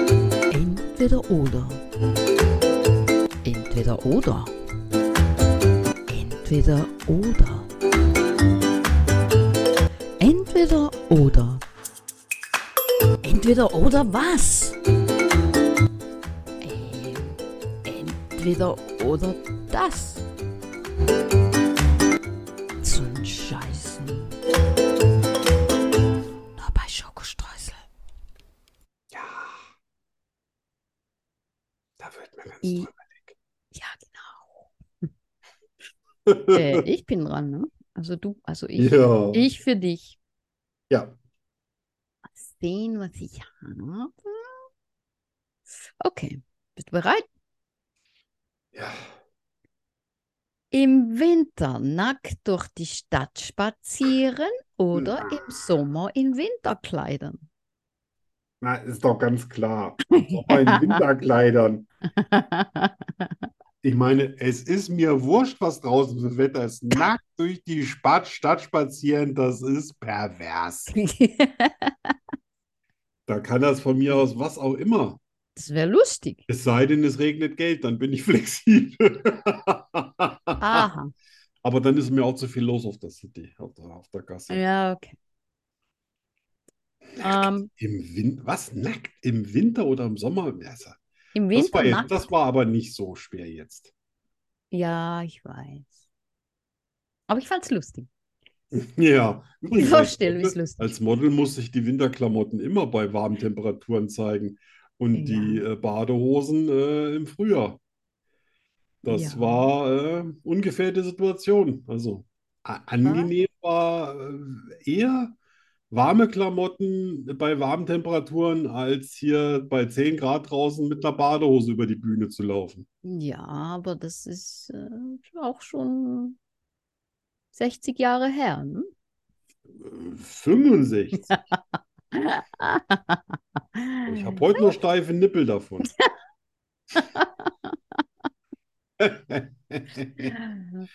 A: Entweder oder. Entweder oder. Entweder oder. Entweder oder. Entweder oder was? Ähm, entweder oder das. Zum Scheißen. Nur bei Schokostreusel.
B: Da wird mir ganz
C: I- Ja, genau. Äh,
B: toll.
C: ich bin dran, ne? Also du, also ich.
B: Ja,
C: Ich für dich.
B: ja.
C: Mal sehen, was ich habe. Okay, bist du bereit?
B: Ja.
C: Im Winter nackt durch die Stadt spazieren oder im Sommer in Winterkleidern?
B: Na, ist doch ganz klar. Auch bei den Winterkleidern. Ich meine, es ist mir wurscht, was draußen für Wetter ist. Nackt durch die Spa- Stadt spazieren, das ist pervers. Da kann das von mir aus was auch immer.
C: Das wäre lustig. Ah.
B: Es sei denn, es regnet Geld, dann bin ich flexibel.
C: Aha.
B: Aber dann ist mir auch zu viel los auf der City, auf der, auf der Gasse.
C: Ja, okay. Ähm,
B: Im Winter, was? Nackt? Im Winter oder im Sommer? Ja, Das
C: Im
B: das war,
C: Winter
B: jetzt,
C: nackt.
B: das war aber nicht so schwer jetzt.
C: Ja, ich weiß. Aber ich fand's lustig.
B: Ja,
C: Die
B: übrigens, als
C: Vorstellung ist
B: Model,
C: lustig.
B: als Model muss ich die Winterklamotten immer bei warmen Temperaturen zeigen und die äh, Badehosen äh, im Frühjahr. Das
C: Ja.
B: war äh, ungefährte Situation. Also a- angenehm war äh, eher warme Klamotten bei warmen Temperaturen, als hier bei 10 Grad draußen mit einer Badehose über die Bühne zu laufen.
C: Ja, aber das ist äh, auch schon 60 Jahre her, ne?
B: Äh, 65. Ich
C: Hm.
B: habe heute noch steife Nippel davon.
C: Ähm,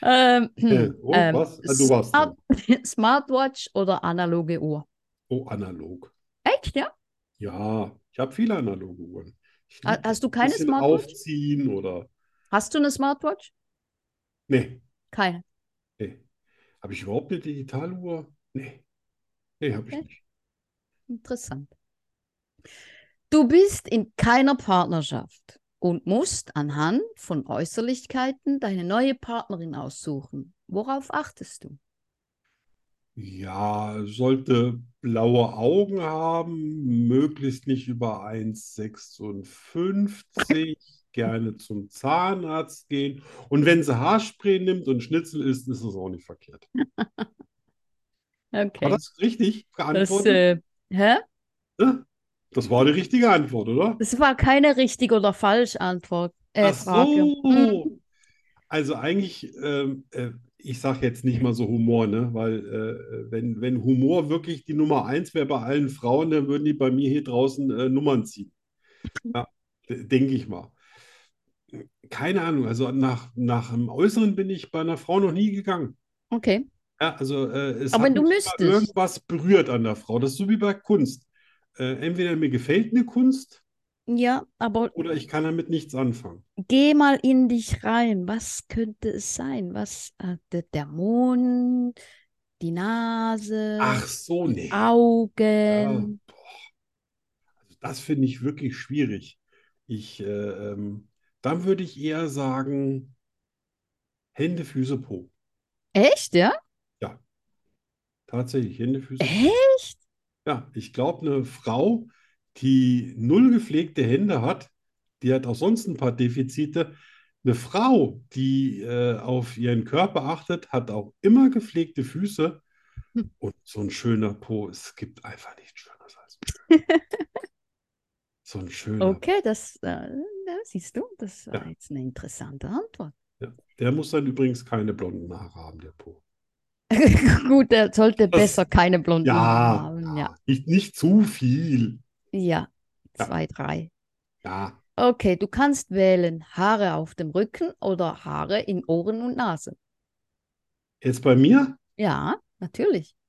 B: Äh, oh,
C: ähm,
B: was? Ah, du warst
C: Smart
B: dran.
C: Smartwatch oder analoge Uhr?
B: Oh, analog.
C: Echt, ja?
B: Ja, ich habe viele analoge Uhren. Ich
C: Ha-
B: lieb
C: hast du
B: ein
C: keine
B: bisschen
C: Smartwatch?
B: aufziehen oder.
C: Hast du eine Smartwatch?
B: Nee,
C: Keine.
B: nee. Habe ich überhaupt eine Digitaluhr? Nee. Nee, habe ich
C: Okay.
B: nicht.
C: Interessant. Du bist in keiner Partnerschaft und musst anhand von Äußerlichkeiten deine neue Partnerin aussuchen. Worauf achtest du?
B: Ja, sollte blaue Augen haben, möglichst nicht über 1,56, gerne zum Zahnarzt gehen. Und wenn sie Haarspray nimmt und Schnitzel isst, ist es auch nicht verkehrt. War
C: Okay.
B: das richtig
C: Das,
B: geantwortet?
C: äh, hä?
B: Ne? Das war die richtige Antwort, oder?
C: das war keine richtig oder falsch Antwort. Äh,
B: Ach
C: Frage.
B: so.
C: Mhm.
B: Also eigentlich, ähm, äh, ich sage jetzt nicht mal so Humor, ne? Weil äh, wenn, wenn Humor wirklich die Nummer eins wäre bei allen Frauen, dann würden die bei mir hier draußen äh, Nummern ziehen.
C: Mhm.
B: Ja, denke ich mal. Keine Ahnung, also nach, nach dem Äußeren bin ich bei einer Frau noch nie gegangen.
C: Okay.
B: Ja, also äh, es
C: Aber
B: hat
C: du
B: mich immer
C: müsstest.
B: irgendwas berührt an der Frau. Das ist so wie bei Kunst. Äh, entweder mir gefällt eine Kunst
C: Ja, aber
B: oder ich kann damit nichts anfangen.
C: geh mal in dich rein. Was könnte es sein? Was äh, der, der Mund, die Nase,
B: Ach so, nee.
C: Augen.
B: Ja, boah. Also das finde ich wirklich schwierig. Ich, äh, ähm, dann würde ich eher sagen, Hände, Füße, Po.
C: Echt, ja?
B: Tatsächlich, Hände, Füße, Po.
C: Echt?
B: Ja, ich glaube, eine Frau, die null gepflegte Hände hat, die hat auch sonst ein paar Defizite. Eine Frau, die äh, auf ihren Körper achtet, hat auch immer gepflegte Füße.
C: Hm.
B: Und so ein schöner Po, es gibt einfach nichts Schöneres als so ein schöner.
C: Okay, das äh, ja, siehst du, das war
B: Ja.
C: jetzt eine interessante Antwort.
B: Der muss dann übrigens keine blonden Haare haben, der Po.
C: Gut, er sollte
B: Das-
C: besser keine blonden Haare
B: Ja,
C: haben. Ja,
B: Nicht, nicht zu viel.
C: ja.
B: Ja.
C: Zwei, drei.
B: Ja,
C: Okay, du kannst wählen Haare auf dem Rücken oder Haare in Ohren und Nase.
B: jetzt bei mir?
C: Ja, natürlich.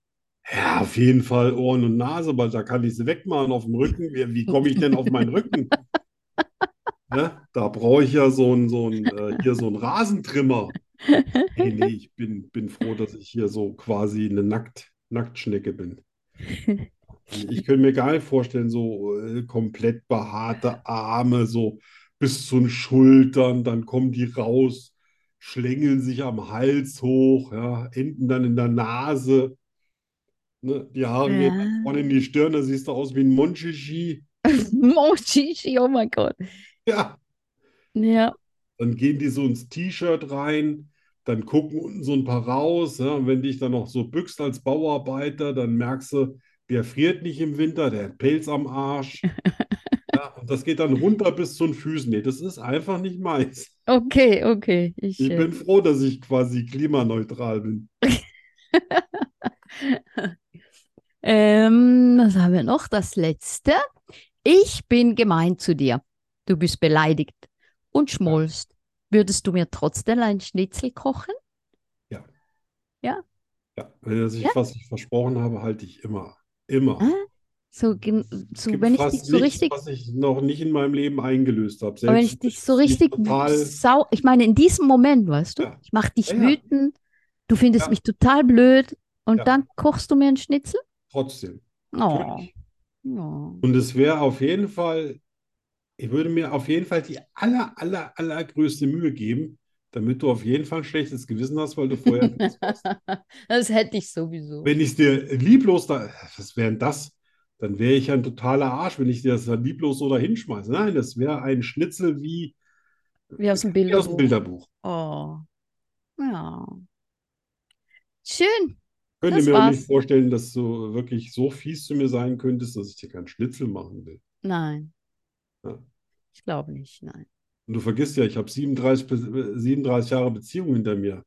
B: Ja, auf jeden Fall Ohren und Nase, weil da kann ich sie wegmachen auf dem Rücken. Wie, wie komme ich denn auf meinen Rücken? Ne? Da brauche ich ja so einen, so einen, äh, hier so einen Rasentrimmer. Nee, nee, ich bin, bin froh, dass ich hier so quasi eine Nackt, Nacktschnecke bin. Also Ich könnte mir gar nicht vorstellen, so äh, komplett behaarte Arme, so bis zu den Schultern, dann kommen die raus, schlängeln sich am Hals hoch, ja, enden dann in der Nase. Ne, die Haare gehen
C: Ja.
B: dann vorne in die Stirn, da siehst du aus wie ein Monchichi.
C: Mochichi, oh mein Gott.
B: Ja,
C: Ja,
B: dann gehen die so ins T-Shirt rein, dann gucken unten so ein paar raus. Ja, und wenn dich dann noch so bückst als Bauarbeiter, dann merkst du, der friert nicht im Winter, der hat Pelz am Arsch. Ja, und das geht dann runter bis zu den Füßen. Nee, das ist einfach nicht meins.
C: okay, okay. Ich,
B: Ich
C: äh,
B: bin froh, dass ich quasi klimaneutral bin.
C: Ähm, was haben wir noch? Das letzte. Ich bin gemein zu dir. Du bist beleidigt und schmollst. Würdest du mir trotzdem ein Schnitzel kochen?
B: Ja, wenn das ich,
C: Ja.
B: was ich versprochen habe, halte ich immer. Immer.
C: Ah, So, gen-
B: Es
C: so
B: gibt
C: wenn ich
B: fast
C: dich so
B: nichts,
C: richtig,
B: was ich noch nicht in meinem Leben eingelöst habe.
C: aber wenn
B: Selbst
C: ich dich so
B: die
C: richtig
B: total-
C: sau, ich meine in diesem Moment, weißt du,
B: Ja.
C: ich mach dich
B: Ja, ja.
C: wütend, Du findest
B: Ja.
C: mich total blöd und
B: Ja.
C: dann kochst du mir einen Schnitzel?
B: Trotzdem.
C: Oh.
B: Natürlich.
C: oh.
B: Und es wäre auf jeden Fall, ich würde mir auf jeden Fall die aller, aller, allergrößte Mühe geben, damit du auf jeden Fall ein schlechtes Gewissen hast, weil du vorher nichts warst.
C: Das hätte ich sowieso.
B: Wenn ich dir lieblos da, was wäre denn das? Dann wäre ich ein totaler Arsch, wenn ich dir das da lieblos so dahinschmeiße. Nein, das wäre ein Schnitzel wie
C: Wie aus dem
B: wie aus dem Bilderbuch.
C: Bilderbuch. Oh. Ja. Schön.
B: Könnte
C: Das
B: mir auch nicht
C: war's.
B: vorstellen, dass du wirklich so fies zu mir sein könntest, dass ich dir keinen Schnitzel machen will.
C: Nein.
B: Ja.
C: Ich glaube nicht, nein.
B: Und du vergisst ja, ich habe 37, bis- äh, 37 Jahre Beziehung hinter mir.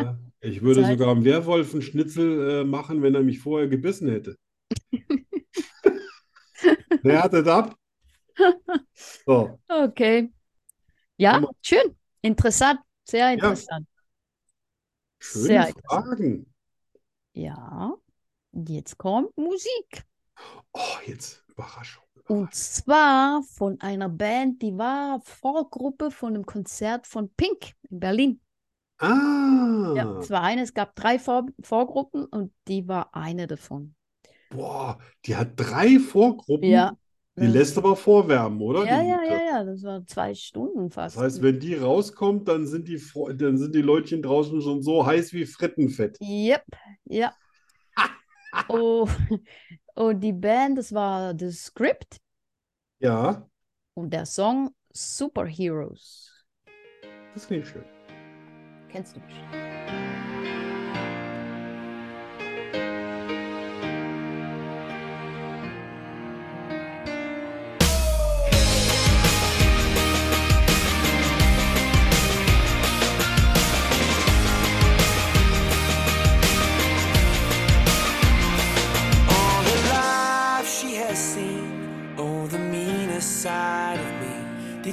B: Ja, ich würde
C: Das heißt-
B: sogar einem Werwolf einen Schnitzel äh, machen, wenn er mich vorher gebissen hätte. Der hattet ab. So,
C: Okay. Ja,
B: Hammer.
C: schön. Interessant. Sehr interessant.
B: schöne
C: Sehr interessant.
B: Fragen.
C: Ja. Jetzt kommt Musik.
B: Oh, jetzt Überraschung.
C: Und zwar von einer Band, die war Vorgruppe von einem Konzert von Pink in Berlin. Ja,
B: Ah,
C: es war eine, es gab drei Vor Vorgruppen und die war eine davon.
B: boah, die hat drei Vorgruppen.
C: Ja.
B: Die lässt aber vorwärmen, oder?
C: Ja,
B: Die
C: ja,
B: Gute.
C: ja, ja, das waren zwei Stunden
B: Das
C: fast.
B: heißt, wenn die rauskommt, dann sind die, Fro- dann sind die Leutchen draußen schon so heiß wie Frittenfett.
C: Yep, ja. Oh, und die Band, das war das Script
B: Ja,
C: und der Song Superheroes.
B: das klingt schön.
C: Kennst du bestimmt.
D: All her life she has seen, oh, the meanest side of me. They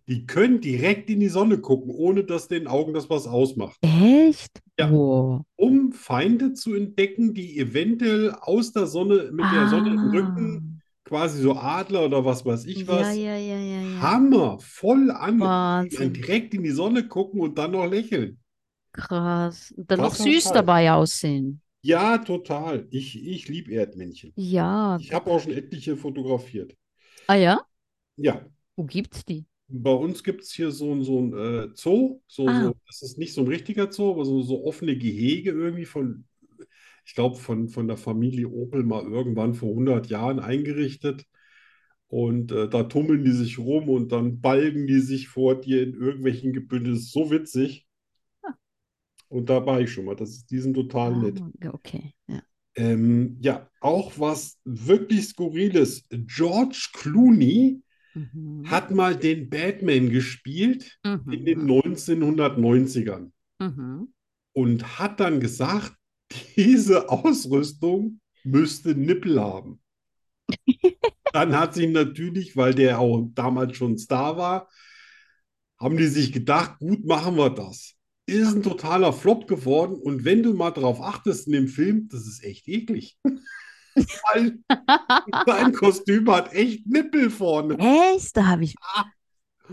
B: Die können direkt in die Sonne gucken, ohne dass den Augen das was ausmacht.
C: Echt?
B: Ja.
C: Wow.
B: Um Feinde zu entdecken, die eventuell aus der Sonne, mit der Sonne im Rücken, quasi so Adler oder was weiß ich
C: Ah.
B: was.
C: Ja, ja, ja, ja, ja.
B: Hammer, voll angeguckt. Dann
C: Wahnsinn.
B: direkt in die Sonne gucken und dann noch lächeln.
C: Krass. Und dann noch
B: Wasserfall.
C: süß dabei aussehen.
B: Ja, total. Ich, ich liebe Erdmännchen.
C: Ja.
B: Ich habe auch schon etliche fotografiert.
C: Ah ja?
B: Ja,
C: Wo gibt's die?
B: bei uns gibt es hier so ein, so ein äh, Zoo. So,
C: Ah.
B: so, das ist nicht so ein richtiger Zoo, aber so, so offene Gehege irgendwie von, ich glaube, von, von der Familie Opel mal irgendwann vor 100 Jahren eingerichtet. Und äh, da tummeln die sich rum und dann balgen die sich vor dir in irgendwelchen Gebünden. Das ist so witzig. Und da war ich schon mal. Das ist, die sind total nett.
C: Ah, okay. Ja.
B: Ähm, ja, auch was wirklich Skurriles. George Clooney
C: Mhm.
B: hat mal den Batman gespielt in den
C: Mhm.
B: 1990ern
C: Mhm.
B: und hat dann gesagt, diese Ausrüstung müsste Nippel haben. Dann hat sich natürlich, weil der auch damals schon Star war, haben die sich gedacht, gut, machen wir das. Ist ein totaler Flop geworden und wenn du mal drauf achtest in dem Film, das ist echt eklig. Weil sein Kostüm hat echt Nippel vorne.
C: Echt? Da habe ich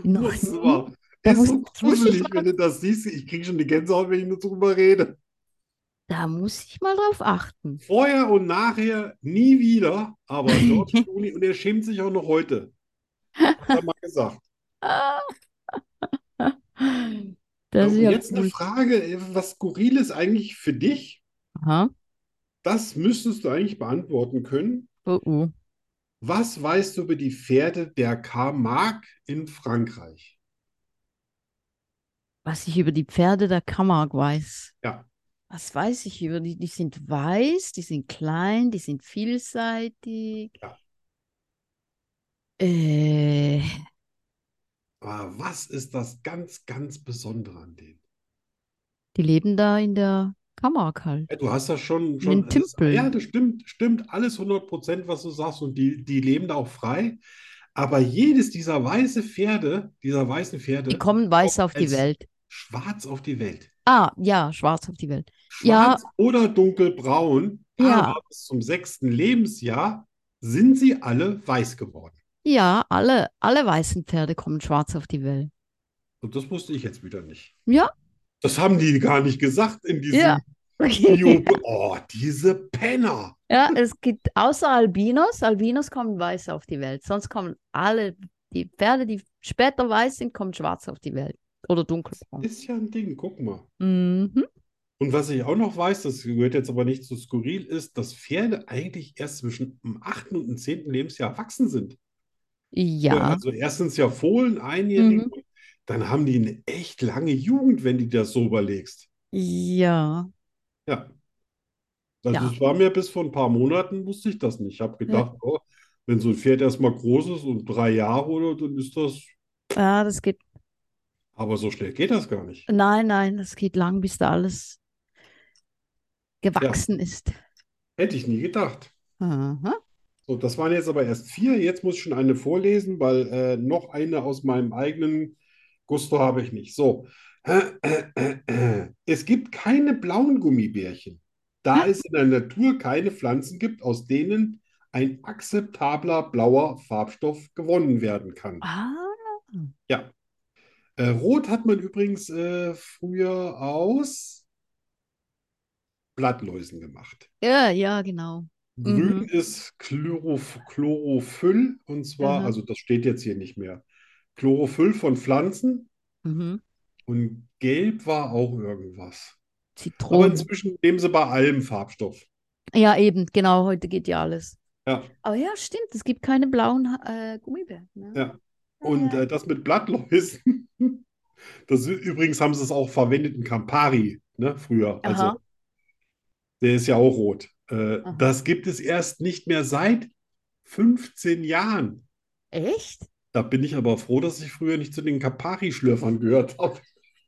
C: noch
B: Ah. Das ist
C: nie-
B: aber-
C: Da
B: ist
C: muss-
B: so
C: da muss ich
B: gruselig,
C: mal-
B: wenn du das siehst. Ich kriege schon die Gänsehaut, wenn ich nur drüber rede.
C: Da muss ich mal drauf achten.
B: Vorher und nachher nie wieder, aber George Clooney und er schämt sich auch noch heute. Hat er mal gesagt.
C: Das ist
B: und
C: ja
B: jetzt eine
C: cool.
B: Frage, äh, was skurril ist eigentlich für dich?
C: Aha.
B: Das müsstest du eigentlich beantworten können.
C: Oh, oh.
B: Was weißt du über die Pferde der Camargue in Frankreich?
C: Was ich über die Pferde der Camargue weiß.
B: Ja.
C: Was weiß ich über die? Die sind weiß, die sind klein, die sind vielseitig.
B: Ja.
C: Äh,
B: Aber was ist das ganz, ganz Besondere an denen?
C: die leben da in der Camargue halt.
B: Ja, du hast das schon, schon
C: den
B: alles,
C: Tümpeln.
B: ja, das stimmt, stimmt, alles 100 Prozent, was du sagst, und die, die leben da auch frei. Aber jedes dieser weiße Pferde, dieser weißen Pferde,
C: Die kommen weiß auf die
B: als
C: Welt.
B: schwarz auf die Welt.
C: Ah, ja, schwarz auf die Welt. Ja.
B: Schwarz oder dunkelbraun,
C: Ja.
B: aber bis zum sechsten Lebensjahr sind sie alle weiß geworden.
C: Ja, alle, alle weißen Pferde kommen schwarz auf die Welt.
B: Und das wusste ich jetzt wieder nicht.
C: Ja.
B: Das haben die gar nicht gesagt in diesem
C: Ja.
B: Video. Oh, diese Penner.
C: Ja, es gibt außer Albinos, Albinos kommen weiß auf die Welt. Sonst kommen alle, die Pferde, die später weiß sind, kommen schwarz auf die Welt. Oder dunkelbraun.
B: Ist ja ein Ding, guck mal.
C: Mhm.
B: Und was ich auch noch weiß, das gehört jetzt aber nicht so skurril, ist, dass Pferde eigentlich erst zwischen dem 8. und dem 10. Lebensjahr erwachsen sind.
C: Ja,
B: Also erstens ja Fohlen, einjährig,
C: Mhm.
B: dann haben die eine echt lange Jugend, wenn du dir das so überlegst.
C: ja.
B: Ja. Also
C: Ja.
B: es war mir bis vor ein paar Monaten, wusste ich das nicht. Ich habe gedacht, oh, wenn so ein Pferd erstmal groß ist und drei Jahre oder dann ist das,
E: Ja, das geht.
B: aber so schnell geht das gar nicht.
E: Nein, nein, das geht lang, bis da alles gewachsen ist.
B: Hätte ich nie gedacht.
E: Aha.
B: So, das waren jetzt aber erst vier. Jetzt muss ich schon eine vorlesen, weil äh, noch eine aus meinem eigenen Gusto habe ich nicht. So. Es gibt keine blauen Gummibärchen, da es in der Natur keine Pflanzen gibt, aus denen ein akzeptabler blauer Farbstoff gewonnen werden kann.
E: Ah,
B: Äh, Rot hat man übrigens äh, früher aus Blattläusen gemacht.
E: ja, ja, genau.
B: Grün ist Chloroph Chlorophyll und zwar,
E: Aha.
B: also das steht jetzt hier nicht mehr. Chlorophyll von Pflanzen
E: Mhm.
B: und gelb war auch irgendwas. Aber
E: Zitronen.
B: inzwischen nehmen sie bei allem Farbstoff.
E: Ja, eben, genau, heute geht ja alles.
B: Ja.
E: Aber ja, stimmt, es gibt keine blauen Ha- äh, Gummibärchen. ne?
B: Ja. Und
E: Mhm.
B: äh, das mit Blattläusen, das ist- übrigens haben sie es auch verwendet in Campari, ne, früher. Also
E: Aha.
B: der ist ja auch rot. Äh,
E: Aha.
B: das gibt es erst nicht mehr seit 15 Jahren. äh,
E: Echt?
B: Da bin ich aber froh, dass ich früher nicht zu den Campari-Schlürfern gehört habe.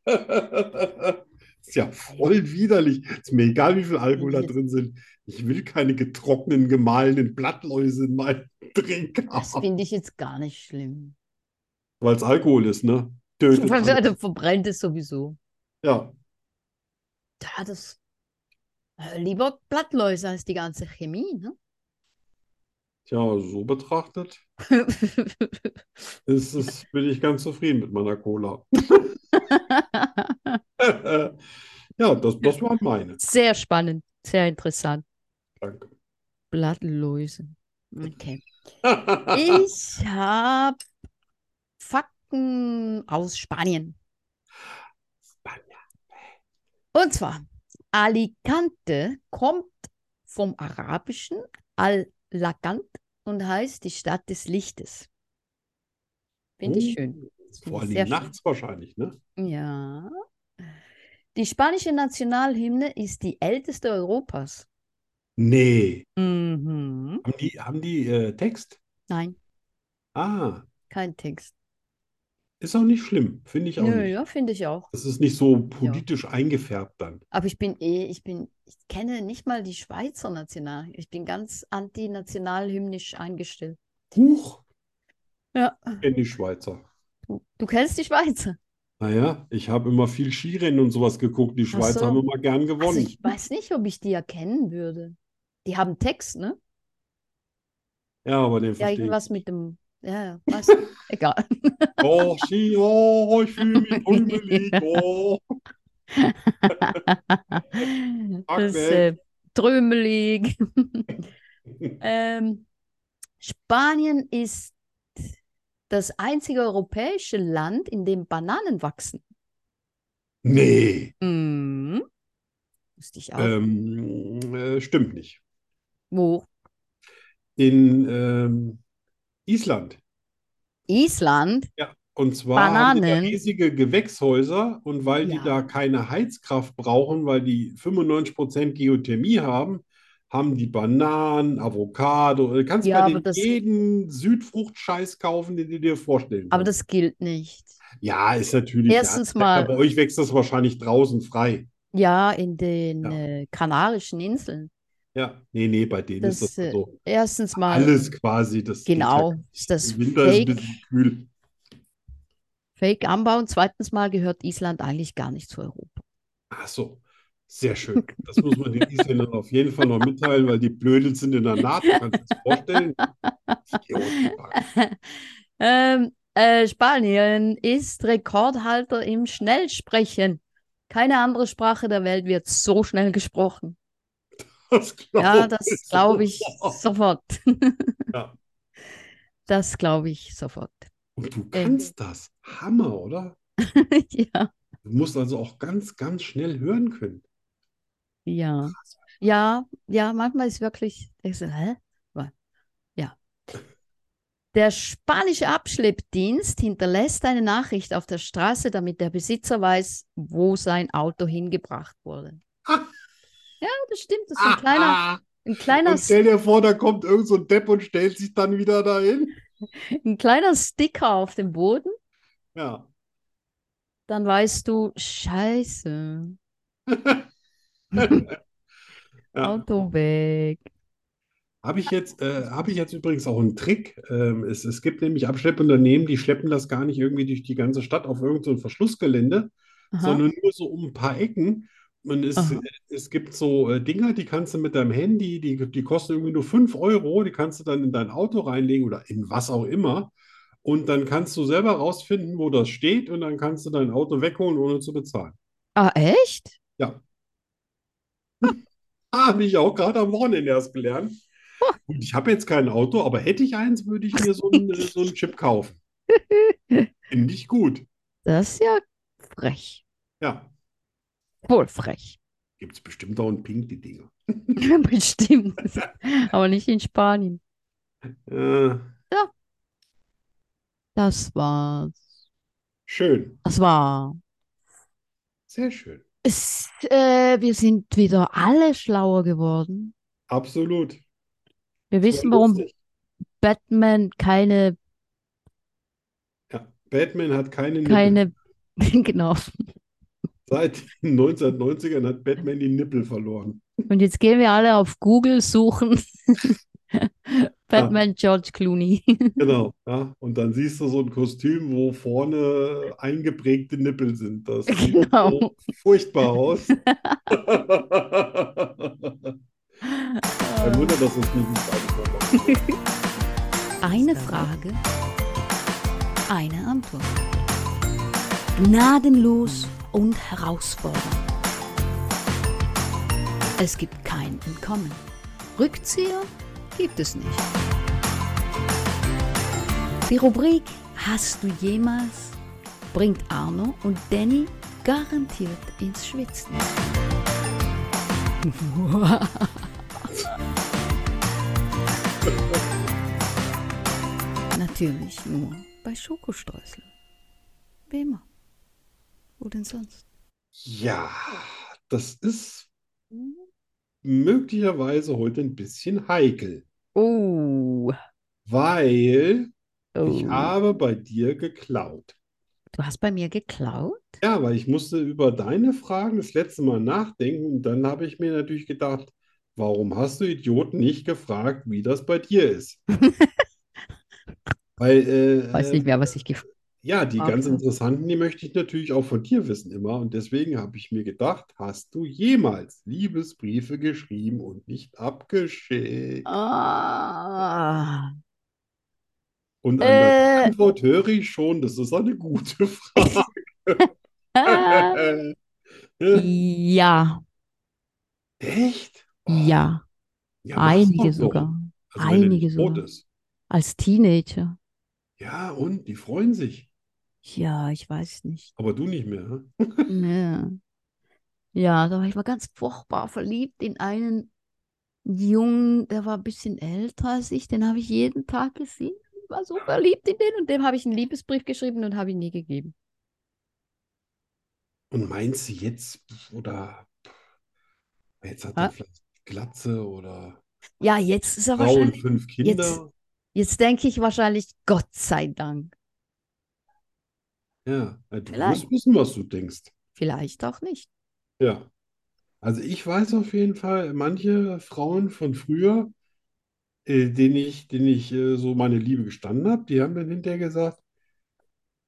B: Ist ja voll widerlich. Ist mir egal, wie viel Alkohol da drin sind. Ich will keine getrockneten, gemahlenen Blattläuse in meinem Drink
C: Das
B: haben.
C: finde ich jetzt gar nicht schlimm.
B: Weil es Alkohol ist, ne? Tötet Alkohol.
C: Also verbrennt es sowieso.
B: Ja,
C: Ja, das. äh, Lieber Blattläuse als die ganze Chemie, ne?
B: tja, so betrachtet ist, es bin ich ganz zufrieden mit meiner Cola. Ja, das, das waren meine.
C: Sehr spannend, sehr interessant.
B: Danke.
C: Blattläuse. Okay. Ich habe Fakten aus Spanien. Und zwar, Alicante kommt vom arabischen Al-Lakant und heißt die Stadt des Lichtes. Finde
B: Oh.
C: ich schön. Das finde
B: Vor
C: ich
B: allem
C: sehr schön.
B: nachts wahrscheinlich, ne?
C: Ja. Die spanische Nationalhymne ist die älteste Europas.
B: Nee.
C: Mhm.
B: Haben die, haben die äh, Text?
C: Nein,
B: Ah,
C: kein Text.
B: ist auch nicht schlimm, finde ich auch
C: Nö,
B: nicht.
C: ja, finde ich auch.
B: Das ist nicht so politisch eingefärbt dann.
C: Aber ich bin eh, ich bin, ich kenne nicht mal die Schweizer National. Ich bin ganz antinationalhymnisch eingestellt.
B: Huch,
C: Ja.
B: kennen die Schweizer.
C: Du, du kennst die Schweizer.
B: Naja, ich habe immer viel Skirennen und sowas geguckt. Die Schweizer
C: so.
B: haben immer gern
C: Also
B: gewonnen.
C: ich weiß nicht, ob ich die erkennen würde. Die haben Text, ne?
B: Ja, aber den
C: Ja,
B: verstehe ich.
C: irgendwas mit dem. Ja, ja, weiß nicht. Egal.
B: Oh, Ski, oh, ich fühle mich hummelig. Oh,
C: Das
B: weg.
C: äh, trümelig. Ähm, Spanien ist das einzige europäische Land, in dem Bananen wachsen.
B: nee,
C: Mhm. Wusste ich auch.
B: ähm, äh, stimmt nicht.
C: Wo?
B: In ähm, Island.
C: Island?
B: Und zwar haben die da
C: Bananen.
B: riesige Gewächshäuser und weil die
C: Ja.
B: da keine Heizkraft brauchen, weil die 95% Geothermie haben, haben die Bananen, Avocado. Du kannst
C: Ja,
B: bei
C: aber
B: denen
C: das-
B: jeden Südfruchtscheiß kaufen, den du dir vorstellen
C: Aber
B: kannst.
C: das gilt nicht.
B: Ja, ist natürlich, ja,
C: Erstens
B: ja,
C: mal-
B: bei euch wächst das wahrscheinlich draußen frei.
C: Ja, in den
B: Ja.
C: äh, Kanarischen Inseln.
B: Ja, nee, nee, bei denen ist
C: Das,
B: das
C: äh,
B: so.
C: Erstens mal,
B: Alles quasi, das geht ja
C: genau,
B: gar
C: ist das
B: nicht. Im Winter ist ein
C: Fake,
B: bisschen kühl.
C: Fake Anbau. Und zweitens mal gehört Island eigentlich gar nicht zu Europa.
B: Ach so, sehr schön. Das muss man den Isländern auf jeden Fall noch mitteilen, weil die Blödel sind in der Naht. Kannst du dir das vorstellen? Idiotenpack.
C: Ähm, äh, Spanien ist Rekordhalter im Schnellsprechen. Keine andere Sprache der Welt wird so schnell gesprochen.
B: Das
C: Ja,
B: glaub
C: das glaube ich sofort.
B: Ja.
C: Das glaube ich sofort.
B: Und du kannst das. Hammer, oder?
C: Ja,
B: Du musst also auch ganz, ganz schnell hören können.
C: ja. Ja, ja, manchmal ist wirklich, ich so, hä? Wa- Ja. Der spanische Abschleppdienst hinterlässt eine Nachricht auf der Straße, damit der Besitzer weiß, wo sein Auto hingebracht wurde. das stimmt. Das ist so
B: Ah,
C: ein kleiner, ein kleiner,
B: und stell dir vor, da kommt irgend so ein Depp und stellt sich dann wieder dahin.
C: ein kleiner Sticker auf dem Boden.
B: Ja.
C: Dann weißt du, Scheiße,
B: ja.
C: Auto weg.
B: Habe ich jetzt, äh, habe ich jetzt übrigens auch einen Trick. Ähm, es, es gibt nämlich Abschleppunternehmen, die schleppen das gar nicht irgendwie durch die ganze Stadt auf irgendein so ein Verschlussgelände,
C: Aha.
B: sondern nur so um ein paar Ecken. Und es,
C: Aha.
B: es gibt so äh, Dinger, die kannst du mit deinem Handy, die, die kosten irgendwie nur 5 Euro, die kannst du dann in dein Auto reinlegen oder in was auch immer. Und dann kannst du selber rausfinden, wo das steht, und dann kannst du dein Auto wegholen, ohne zu bezahlen.
C: Ah, echt?
B: Habe Ah, ich auch gerade am Wochenende erst gelernt.
C: Oh.
B: Gut, ich habe jetzt kein Auto, aber hätte ich eins, würde ich mir so einen, äh, so einen Chip kaufen. Finde ich gut.
C: Das ist ja frech.
B: Ja,
C: Wohl frech.
B: gibt es bestimmt auch in Pink die Dinger.
C: Bestimmt. Aber nicht in Spanien.
B: Äh,
C: Das war's.
B: schön,
C: Das war.
B: sehr schön.
C: Es, äh, wir sind wieder alle schlauer geworden.
B: Absolut.
C: Wir
B: War
C: wissen, warum
B: lustig.
C: Batman keine,
B: Ja, Batman hat keine Nippel.
C: keine, genau.
B: Seit den 1990ern hat Batman die Nippel verloren.
C: Und jetzt gehen wir alle auf Google suchen. Batman George Clooney.
B: Genau. Ja. Und dann siehst du so ein Kostüm, wo vorne eingeprägte Nippel sind. Das sieht
C: Genau.
B: so furchtbar aus. Kein Wunder, dass uns nicht ins Auge kommt.
E: Eine Frage, eine Antwort. Gnadenlos und herausfordernd. Es gibt kein Entkommen. Rückzieher gibt es nicht. Die Rubrik Hast du jemals bringt Arno und Danny garantiert ins Schwitzen. Natürlich nur bei Schokostreuseln. Wie immer. Wo denn sonst?
B: Ja, das ist möglicherweise heute ein bisschen heikel,
C: Oh,
B: weil ich
C: oh.
B: habe bei dir geklaut.
C: Du hast bei mir geklaut?
B: Ja, weil ich musste über deine Fragen das letzte Mal nachdenken und dann habe ich mir natürlich gedacht, warum hast du Idioten nicht gefragt, wie das bei dir ist? Weil, äh,
C: Weiß
B: äh,
C: nicht mehr, was ich gefragt
B: ja, die
C: gefragt
B: ganz
C: habe.
B: interessanten, die möchte ich natürlich auch von dir wissen immer und deswegen habe ich mir gedacht, hast du jemals Liebesbriefe geschrieben und nicht abgeschickt?
C: Ah.
B: Und an der
C: Äh.
B: Antwort höre ich schon, das ist eine gute Frage.
C: Ah. Ja,
B: Echt?
C: ja,
B: Ja, mach's doch
C: einige
B: so.
C: sogar.
B: Also wenn er nicht
C: Einige
B: tot
C: sogar.
B: ist.
C: Als Teenager.
B: Ja, und die freuen sich,
C: Ja, ich weiß nicht.
B: aber du nicht mehr. hä?
C: Ja, ja da war ich mal ganz furchtbar verliebt in einen Jungen, der war ein bisschen älter als ich, den habe ich jeden Tag gesehen. Ich war so verliebt in den und dem habe ich einen Liebesbrief geschrieben und habe ihn nie gegeben.
B: Und meinst du jetzt, oder jetzt hat er
C: Ah.
B: vielleicht Glatze oder
C: Ja, jetzt ist er
B: Frau und
C: wahrscheinlich,
B: fünf Kinder?
C: jetzt denke ich wahrscheinlich, Gott sei Dank.
B: Ja, ja, du
C: Vielleicht.
B: musst wissen, was du denkst.
C: Vielleicht auch nicht.
B: Ja. Also ich weiß auf jeden Fall, manche Frauen von früher, äh, denen ich, denen ich äh, so meine Liebe gestanden habe, die haben dann hinterher gesagt,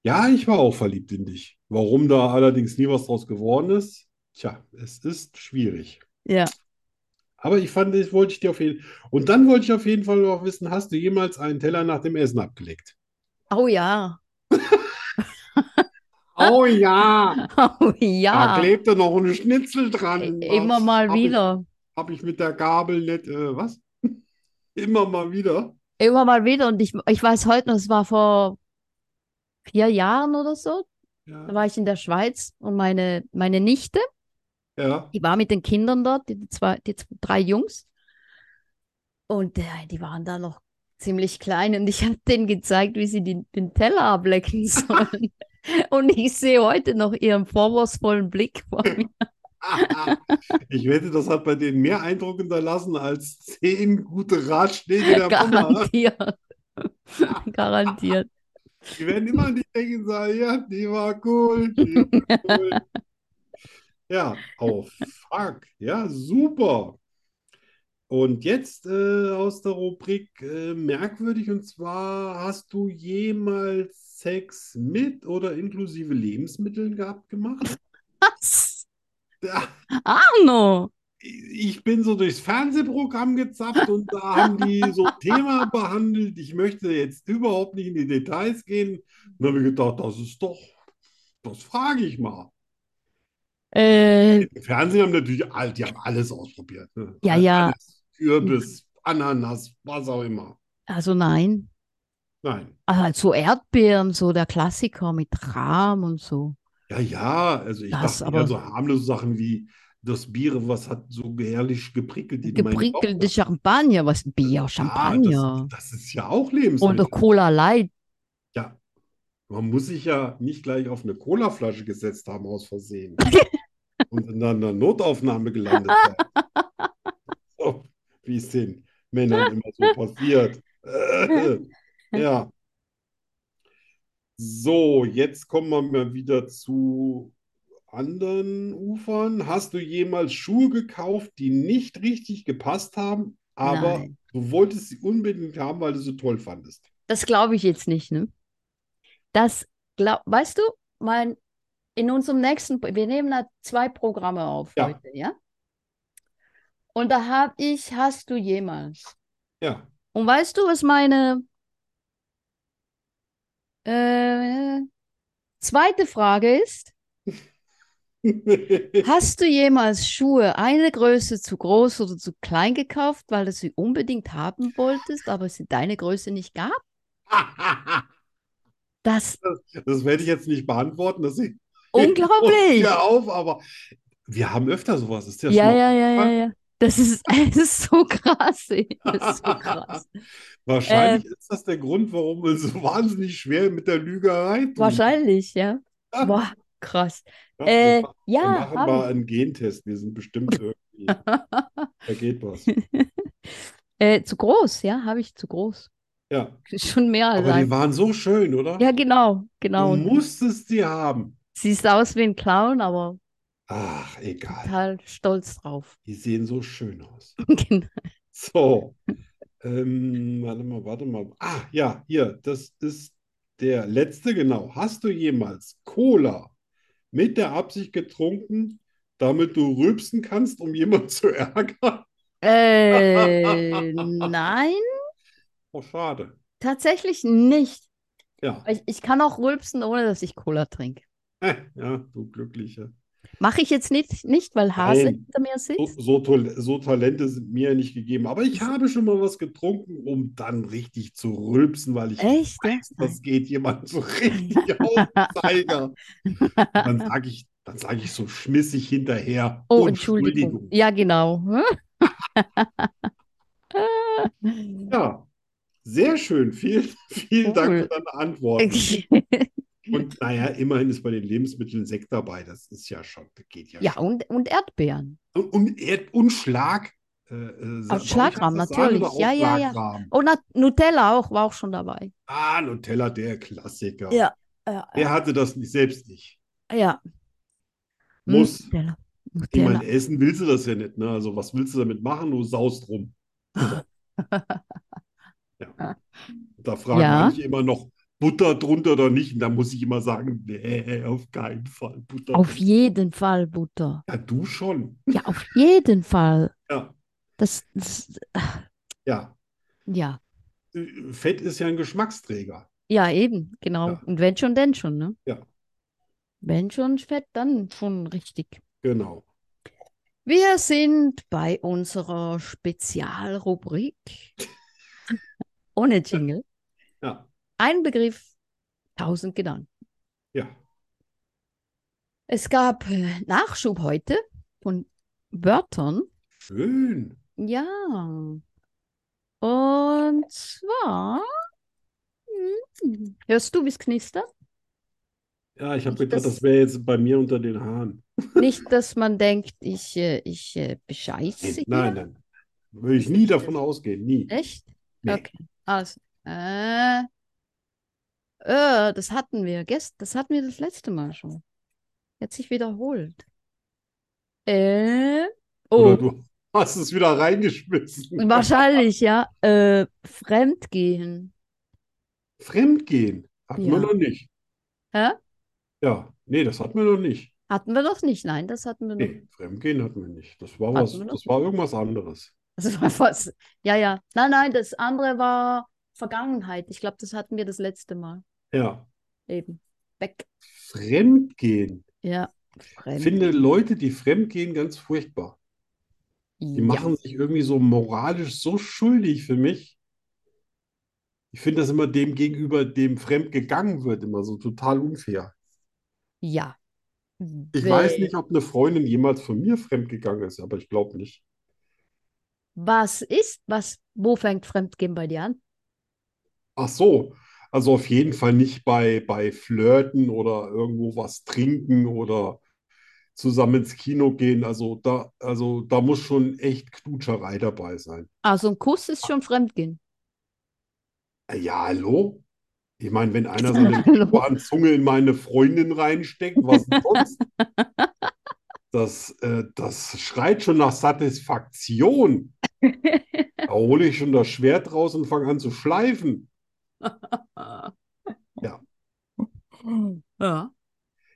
B: ja, ich war auch verliebt in dich. Warum da allerdings nie was draus geworden ist, tja, es ist schwierig.
C: Ja.
B: Aber ich fand, das wollte ich dir auf jeden Und dann wollte ich auf jeden Fall noch wissen, hast du jemals einen Teller nach dem Essen abgelegt?
C: Oh ja.
B: Oh ja,
C: Oh
B: da
C: ja.
B: klebte noch ein Schnitzel dran.
C: I- E, Immer
B: Was?
C: mal
B: Hab ich-
C: wieder.
B: Habe ich mit der Gabel nicht, äh, was? Immer mal wieder.
C: Immer mal wieder. Und ich, ich weiß heute noch, es war vor vier Jahren oder so. Da
B: Ja,
C: war ich in der Schweiz und meine, meine Nichte,
B: ja.
C: die war mit den Kindern dort, die, die zwei, die z- drei Jungs. Und äh, die waren da noch ziemlich klein und ich habe denen gezeigt, wie sie die, den Teller ablecken sollen. Und ich sehe heute noch ihren vorwurfsvollen Blick vor mir.
B: Ich wette, das hat bei denen mehr Eindruck hinterlassen als zehn gute Ratschläge der Mama. ne?
C: Garantiert. Garantiert.
B: Die werden immer an dich denken und sagen, ja, die war cool, die war cool. Ja, oh fuck, ja, super. Und jetzt äh, aus der Rubrik äh, merkwürdig und zwar, hast du jemals Sex mit oder inklusive Lebensmitteln gehabt gemacht?
C: Was?
B: Ja,
C: Arno!
B: ich bin so durchs Fernsehprogramm gezapft und da haben die so ein Thema behandelt. Ich möchte jetzt überhaupt nicht in die Details gehen. Und dann habe ich gedacht, das ist doch, das frage ich mal.
C: Äh,
B: Im Fernsehen haben natürlich all, die haben alles ausprobiert. Ne?
C: ja, ja. Mhm.
B: Alles, Kürbis, Ananas, was auch immer.
C: Also nein.
B: Nein.
C: Also Erdbeeren, so der Klassiker mit Rahm und so.
B: Ja, ja, also ich
C: Das
B: dachte
C: aber-
B: eher so harmlose Sachen wie das Bier, was hat so herrlich geprickelt in meinen Bauch.
C: Geprickelte Champagner, was? Bier,
B: Ja,
C: Champagner.
B: das, das Ah, ist ne? ja auch
C: Oder
B: Lebensmittel.
C: Cola Light.
B: Ja. Man muss sich ja nicht gleich auf eine Colaflasche gesetzt haben aus Versehen und in einer Notaufnahme gelandet sein. So, wie es den Männern immer so passiert. Äh, ja. So, jetzt kommen wir mal wieder zu anderen Ufern. Hast du jemals Schuhe gekauft, die nicht richtig gepasst haben, aber
C: Nein.
B: du wolltest sie unbedingt haben, weil du sie toll fandest?
C: Das glaube ich jetzt nicht, ne? Das glaub, weißt du, mein, in unserem nächsten, wir nehmen da zwei Programme auf
B: Ja.
C: heute, ja? Und da habe ich, hast du jemals.
B: Ja.
C: Und weißt du, was meine äh, zweite Frage ist? Hast du jemals Schuhe eine Größe zu groß oder zu klein gekauft, weil du sie unbedingt haben wolltest, aber es deine Größe nicht gab? Das
B: Das werde ich jetzt nicht beantworten, das ist
C: unglaublich.
B: hier auf, aber wir haben öfter sowas, ist ja
C: Ja,
B: schon
C: ja, ja, ja, ja. Das ist, es ist so krass, ey. Das ist so krass.
B: wahrscheinlich
C: Äh.
B: ist das der Grund, warum wir so wahnsinnig schwer mit der Lügerei tun.
C: Wahrscheinlich, ja.
B: Ja.
C: Boah, krass.
B: Ja, wir
C: Äh,
B: wir
C: ja,
B: machen
C: hab
B: mal einen Gentest, wir sind bestimmt irgendwie, da geht was.
C: Äh, zu groß, ja, habe ich zu groß.
B: Ja,
C: Schon mehr als
B: aber die
C: ein.
B: waren so schön, oder?
C: Ja, genau, genau.
B: Du musstest die haben.
C: Siehst aus wie ein Clown, aber
B: Ach, egal,
C: total stolz drauf.
B: die sehen so schön aus.
C: Genau.
B: So, ähm, warte mal, warte mal. Ah, ja, hier, das ist der letzte, genau. Hast du jemals Cola mit der Absicht getrunken, damit du rülpsen kannst, um jemanden zu ärgern?
C: Äh, nein,
B: Oh, schade.
C: tatsächlich nicht.
B: Ja, äh,
C: Ich, ich kann auch rülpsen, ohne dass ich Cola trinke.
B: ja, du Glücklicher.
C: Mache ich jetzt nicht, nicht, weil Hase
B: Nein.
C: hinter mir sitzt.
B: So, so, Tal- so Talente sind mir nicht gegeben, aber ich habe schon mal was getrunken, um dann richtig zu rülpsen, weil ich
C: Echt? Ja?
B: das geht jemand so richtig auf den Zeiger. Dann sage ich, dann sage ich so schmissig hinterher,
C: Oh,
B: Entschuldigung.
C: Entschuldigung. Ja, genau.
B: Ja, sehr schön. Vielen, vielen
C: Cool.
B: Dank für deine Antworten. Und naja, immerhin ist bei den Lebensmitteln Sekt dabei. Das ist ja schon, das geht ja
C: ja,
B: schon.
C: und, und Erdbeeren.
B: Und, und, Erd- und Schlag. Äh, äh, sa- bei euch
C: Schlagrahm,
B: heißt das Sahne oder
C: natürlich.
B: auch
C: Ja, ja, ja.
B: Schlagrahm?
C: Und Nat- Oh, Nutella auch, war auch schon dabei.
B: Ah, Nutella, der Klassiker.
C: Ja. äh, Ja,
B: Wer hatte das nicht? Selbst nicht.
C: ja.
B: Muss.
C: Nutella.
B: Ich
C: Nutella.
B: meine, essen willst du das ja nicht, ne? Also, was willst du damit machen? Du saust rum. Ja. Da fragen
C: Ja.
B: manche immer noch, Butter drunter oder nicht? Und da muss ich immer sagen, nee, auf keinen Fall. Butter
C: Auf
B: drunter.
C: jeden Fall Butter.
B: Ja, du schon.
C: Ja, auf jeden Fall.
B: Ja,
C: Das, das
B: ja.
C: ja.
B: Äh, Fett ist ja ein Geschmacksträger.
C: Ja, eben, genau.
B: Ja.
C: Und wenn schon, denn schon, ne?
B: Ja.
C: Wenn schon fett, dann schon richtig.
B: Genau.
C: Wir sind bei unserer Spezialrubrik ohne Jingle.
B: Ja,
C: Ein Begriff, tausend Gedanken.
B: ja.
C: Es gab äh, Nachschub heute von Wörtern.
B: Schön.
C: Ja. Und zwar. Hörst du, wie es knistert?
B: Ja, ich habe
C: Ich-
B: gedacht,
C: das-
B: das wäre jetzt bei mir unter den Haaren.
C: Nicht, dass man denkt, ich, äh, ich äh, bescheiße
B: Nein,
C: hier.
B: nein, nein. Würde ich nie davon ausgehen, nie.
C: Echt?
B: Nee.
C: Okay. Also, äh, äh, das hatten wir gestern, das hatten wir das letzte Mal schon. Jetzt sich wiederholt. Äh,
B: Oder
C: oh,
B: du hast es wieder reingeschmissen.
C: wahrscheinlich, ja. Äh, fremdgehen.
B: Fremdgehen hatten wir
C: Ja.
B: noch nicht.
C: Hä?
B: Ja, nee, das hatten wir noch nicht.
C: Hatten wir doch nicht. Nein, das hatten wir noch.
B: Nee, Fremdgehen hatten wir nicht. Das war
C: Hatten
B: was,
C: wir noch
B: das war irgendwas anderes.
C: Das war was. Ja, ja. Nein, nein, das andere war Vergangenheit. Ich glaube, das hatten wir das letzte Mal.
B: Ja,
C: Eben. Weg.
B: Fremdgehen.
C: Ja.
B: Ich
C: Fremd.
B: finde Leute, die fremdgehen, ganz furchtbar. Die
C: Ja.
B: machen sich irgendwie so moralisch so schuldig für mich. Ich finde das immer dem gegenüber, dem fremd gegangen wird, immer so total unfair.
C: Ja.
B: Ich weiß nicht, ob eine Freundin jemals von mir fremd gegangen ist, aber ich glaube nicht.
C: Was ist, was, wo fängt Fremdgehen bei dir an?
B: Ach so, also auf jeden Fall nicht bei, bei Flirten oder irgendwo was trinken oder zusammen ins Kino gehen. Also da, also da muss schon echt Knutscherei dabei sein.
C: Also ein Kuss ist schon Fremdgehen.
B: Äh, Ja, hallo? Ich meine, wenn einer so eine Zunge in meine Freundin reinsteckt, was denn sonst? Das, äh, das schreit schon nach Satisfaktion. Da hole ich schon das Schwert raus und fange an zu schleifen.
C: Ja.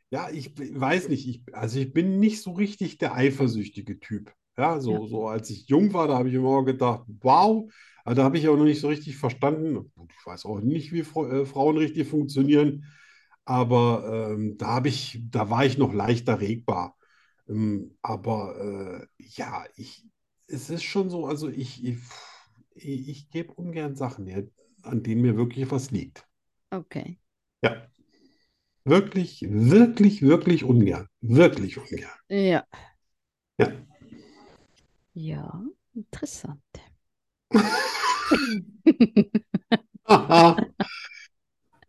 B: Ja, ich b- weiß nicht, ich, also ich bin nicht so richtig der eifersüchtige Typ. Ja, so, so als ich jung war, da habe ich immer gedacht, wow, aber da habe ich auch noch nicht so richtig verstanden. Gut, Ich weiß auch nicht, wie Frau, äh, Frauen richtig funktionieren, aber ähm, da habe ich, da war ich noch leicht erregbar. Ähm, aber äh, ja, ich, es ist schon so, also ich, ich, ich, ich gebe ungern Sachen her, an denen mir wirklich was liegt.
C: Okay.
B: Ja. Wirklich, wirklich, wirklich ungern. Wirklich ungern.
C: Ja.
B: Ja.
C: Ja, interessant.
B: Haha.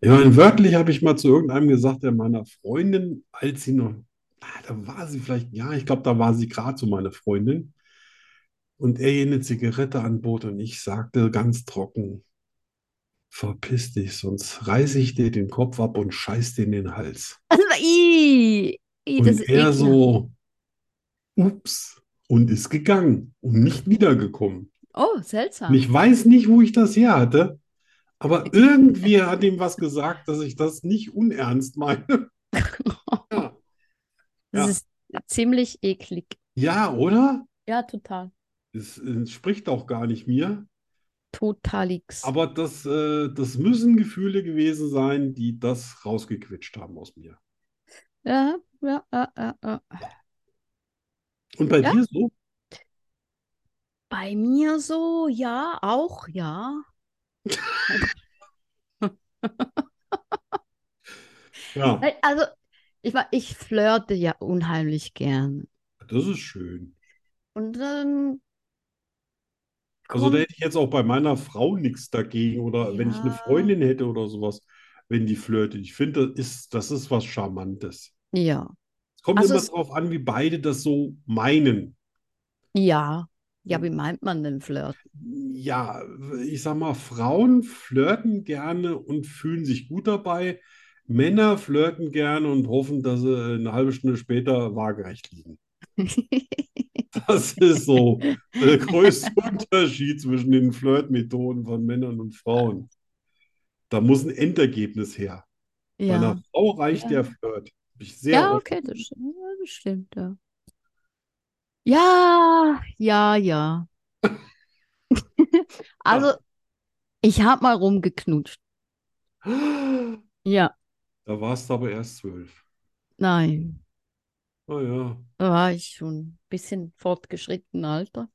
B: Ich meine, wörtlich habe ich mal zu irgendeinem gesagt, der meiner Freundin, als sie noch, ah, da war sie vielleicht, ja, ich glaube, da war sie gerade so meine Freundin. Und er ihr eine Zigarette anbot und ich sagte ganz trocken, verpiss dich, sonst reiße ich dir den Kopf ab und scheiß dir in den Hals.
C: I, I, das
B: Und
C: ist
B: er
C: ekelhaft.
B: so, ups, und ist gegangen und nicht wiedergekommen.
C: Oh,
B: Und
C: seltsam.
B: ich weiß nicht, wo ich das her hatte, aber irgendwie hat ihm was gesagt, dass ich das nicht unernst meine. Ja,
C: Das
B: ja.
C: ist ziemlich eklig.
B: ja oder?
C: Ja, total.
B: Es entspricht auch gar nicht mir.
C: Totalix.
B: Aber das, äh, das müssen Gefühle gewesen sein, die das rausgequetscht haben aus mir.
C: Ja, ja, ja, ja, ja.
B: Und bei
C: Ja.
B: dir so?
C: Bei mir so, ja, auch, ja.
B: Ja,
C: Weil, Also, ich, war- ich flirte ja unheimlich gern.
B: das ist schön.
C: Und dann
B: Also da
C: kommt-
B: hätte ich jetzt auch bei meiner Frau nichts dagegen oder wenn ich eine
C: Ja.
B: Freundin hätte oder sowas, wenn die flirtet. Ich finde, das ist, das ist was Charmantes.
C: ja,
B: Es kommt
C: Also
B: immer
C: es-
B: darauf an, wie beide das so meinen.
C: ja. Ja, wie meint man denn Flirt?
B: Ja, ich sag mal, Frauen flirten gerne und fühlen sich gut dabei. Männer flirten gerne und hoffen, dass sie eine halbe Stunde später waagerecht liegen. Das ist so der größte Unterschied zwischen den Flirtmethoden von Männern und Frauen. Da muss ein Endergebnis her. Bei
C: Ja.
B: einer Frau reicht
C: Ja.
B: der Flirt. Hab Ich sehr
C: Ja,
B: oft.
C: okay, das, st- ja, das stimmt, ja. Ja, ja, ja. Also, ich habe mal rumgeknutscht.
B: Da
C: Ja,
B: warst du aber erst zwölf. Oh
C: nein,
B: Naja.
C: da war ich schon ein bisschen fortgeschritten Alter.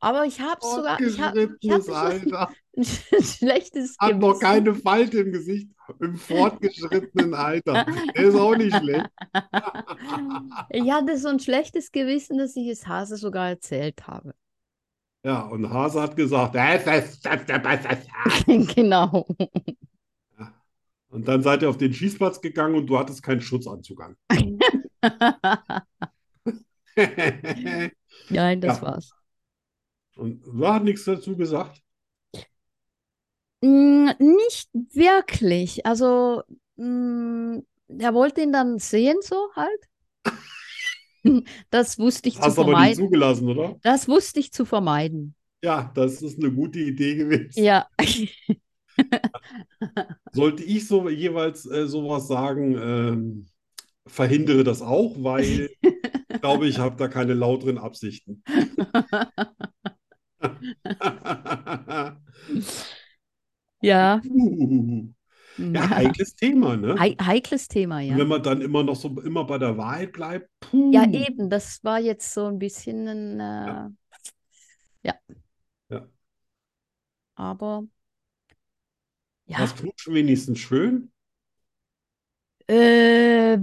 C: Aber ich habe sogar, ich habe, ich
B: Fortgeschrittenes
C: hab nicht
B: Alter.
C: ein schlechtes
B: Hat noch
C: Gewissen.
B: keine Falte im Gesicht. Im fortgeschrittenen Alter. Der ist auch nicht schlecht.
C: Ich hatte so ein schlechtes Gewissen, dass ich es Hase sogar erzählt habe.
B: Ja, und Hase hat gesagt, "Das ist- das ist- das ist- das ist-"
C: Genau.
B: und dann seid ihr auf den Schießplatz gegangen und du hattest keinen Schutzanzug an.
C: Nein, das
B: Ja.
C: war's.
B: Und war hat nichts dazu gesagt.
C: Mm, Nicht wirklich. Also, mm, er wollte ihn dann sehen, so halt. Das wusste ich zu
B: Hast aber nicht
C: vermeiden.
B: zugelassen, oder?
C: Das wusste ich zu vermeiden.
B: Ja, das ist eine gute Idee gewesen.
C: Ja.
B: Sollte ich so jeweils äh, sowas sagen, ähm, verhindere das auch, weil ich glaube, ich habe da keine lauteren Absichten.
C: Ja. Mm.
B: Uh, ja, heikles Thema, ne?
C: Hei- heikles Thema, ja.
B: Und wenn man dann immer noch so immer bei der Wahrheit bleibt, puh.
C: Ja, eben, das war jetzt so ein bisschen ein, äh, ja.
B: Ja.
C: Aber ja,
B: Was knutschen wenigstens schön?
C: äh,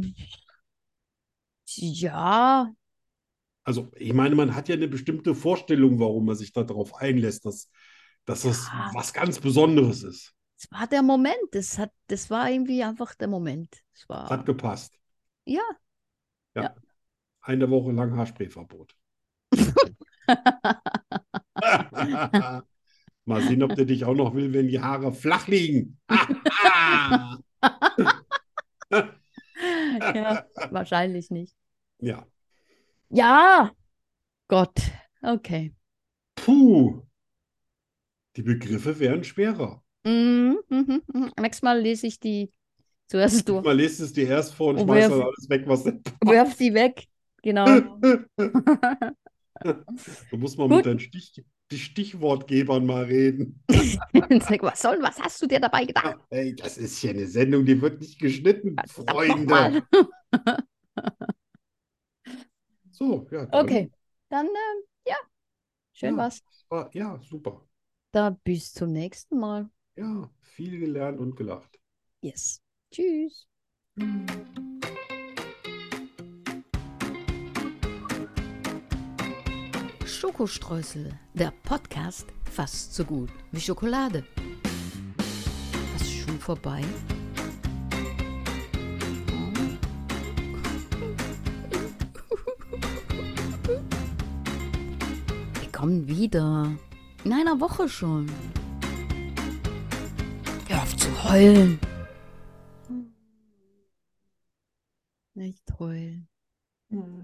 C: ja,
B: Also, ich meine, man hat ja eine bestimmte Vorstellung, warum man sich darauf einlässt, dass, dass das
C: Ja.
B: was ganz Besonderes ist.
C: es war der Moment, das hat, das war irgendwie einfach der Moment. Es war,
B: Hat gepasst.
C: Ah. ja,
B: Eine Woche lang Haarsprayverbot. Mal sehen, ob der dich auch noch will, wenn die Haare flach liegen.
C: ja, wahrscheinlich nicht.
B: Ja.
C: Ja, Gott, okay.
B: Puh. Die Begriffe werden schwerer.
C: Mhm, mhm, mhm. Nächstes Mal lese ich die zuerst durch,
B: Man lest es dir erst vor und
C: Oh,
B: schmeißt
C: wer-
B: dann alles weg, was
C: werf sie weg, genau.
B: Du musst mal
C: Gut.
B: mit deinen Stich, die Stichwortgebern mal reden.
C: Und sag, was soll, was hast du dir dabei gedacht?
B: Ey, das ist hier eine Sendung, die wird nicht geschnitten,
C: Verdammt
B: Freunde. So, ja, dann
C: Okay, dann ähm, ja, schön
B: Ja.
C: was.
B: war, ja, super.
C: Da bis zum nächsten Mal.
B: Ja, viel gelernt und gelacht.
C: Yes. Tschüss.
E: Schokostreusel, der Podcast fast so gut wie Schokolade. Was ist schon vorbei? Wir kommen wieder. In einer Woche schon. Hör auf zu heulen.
C: Nicht heulen.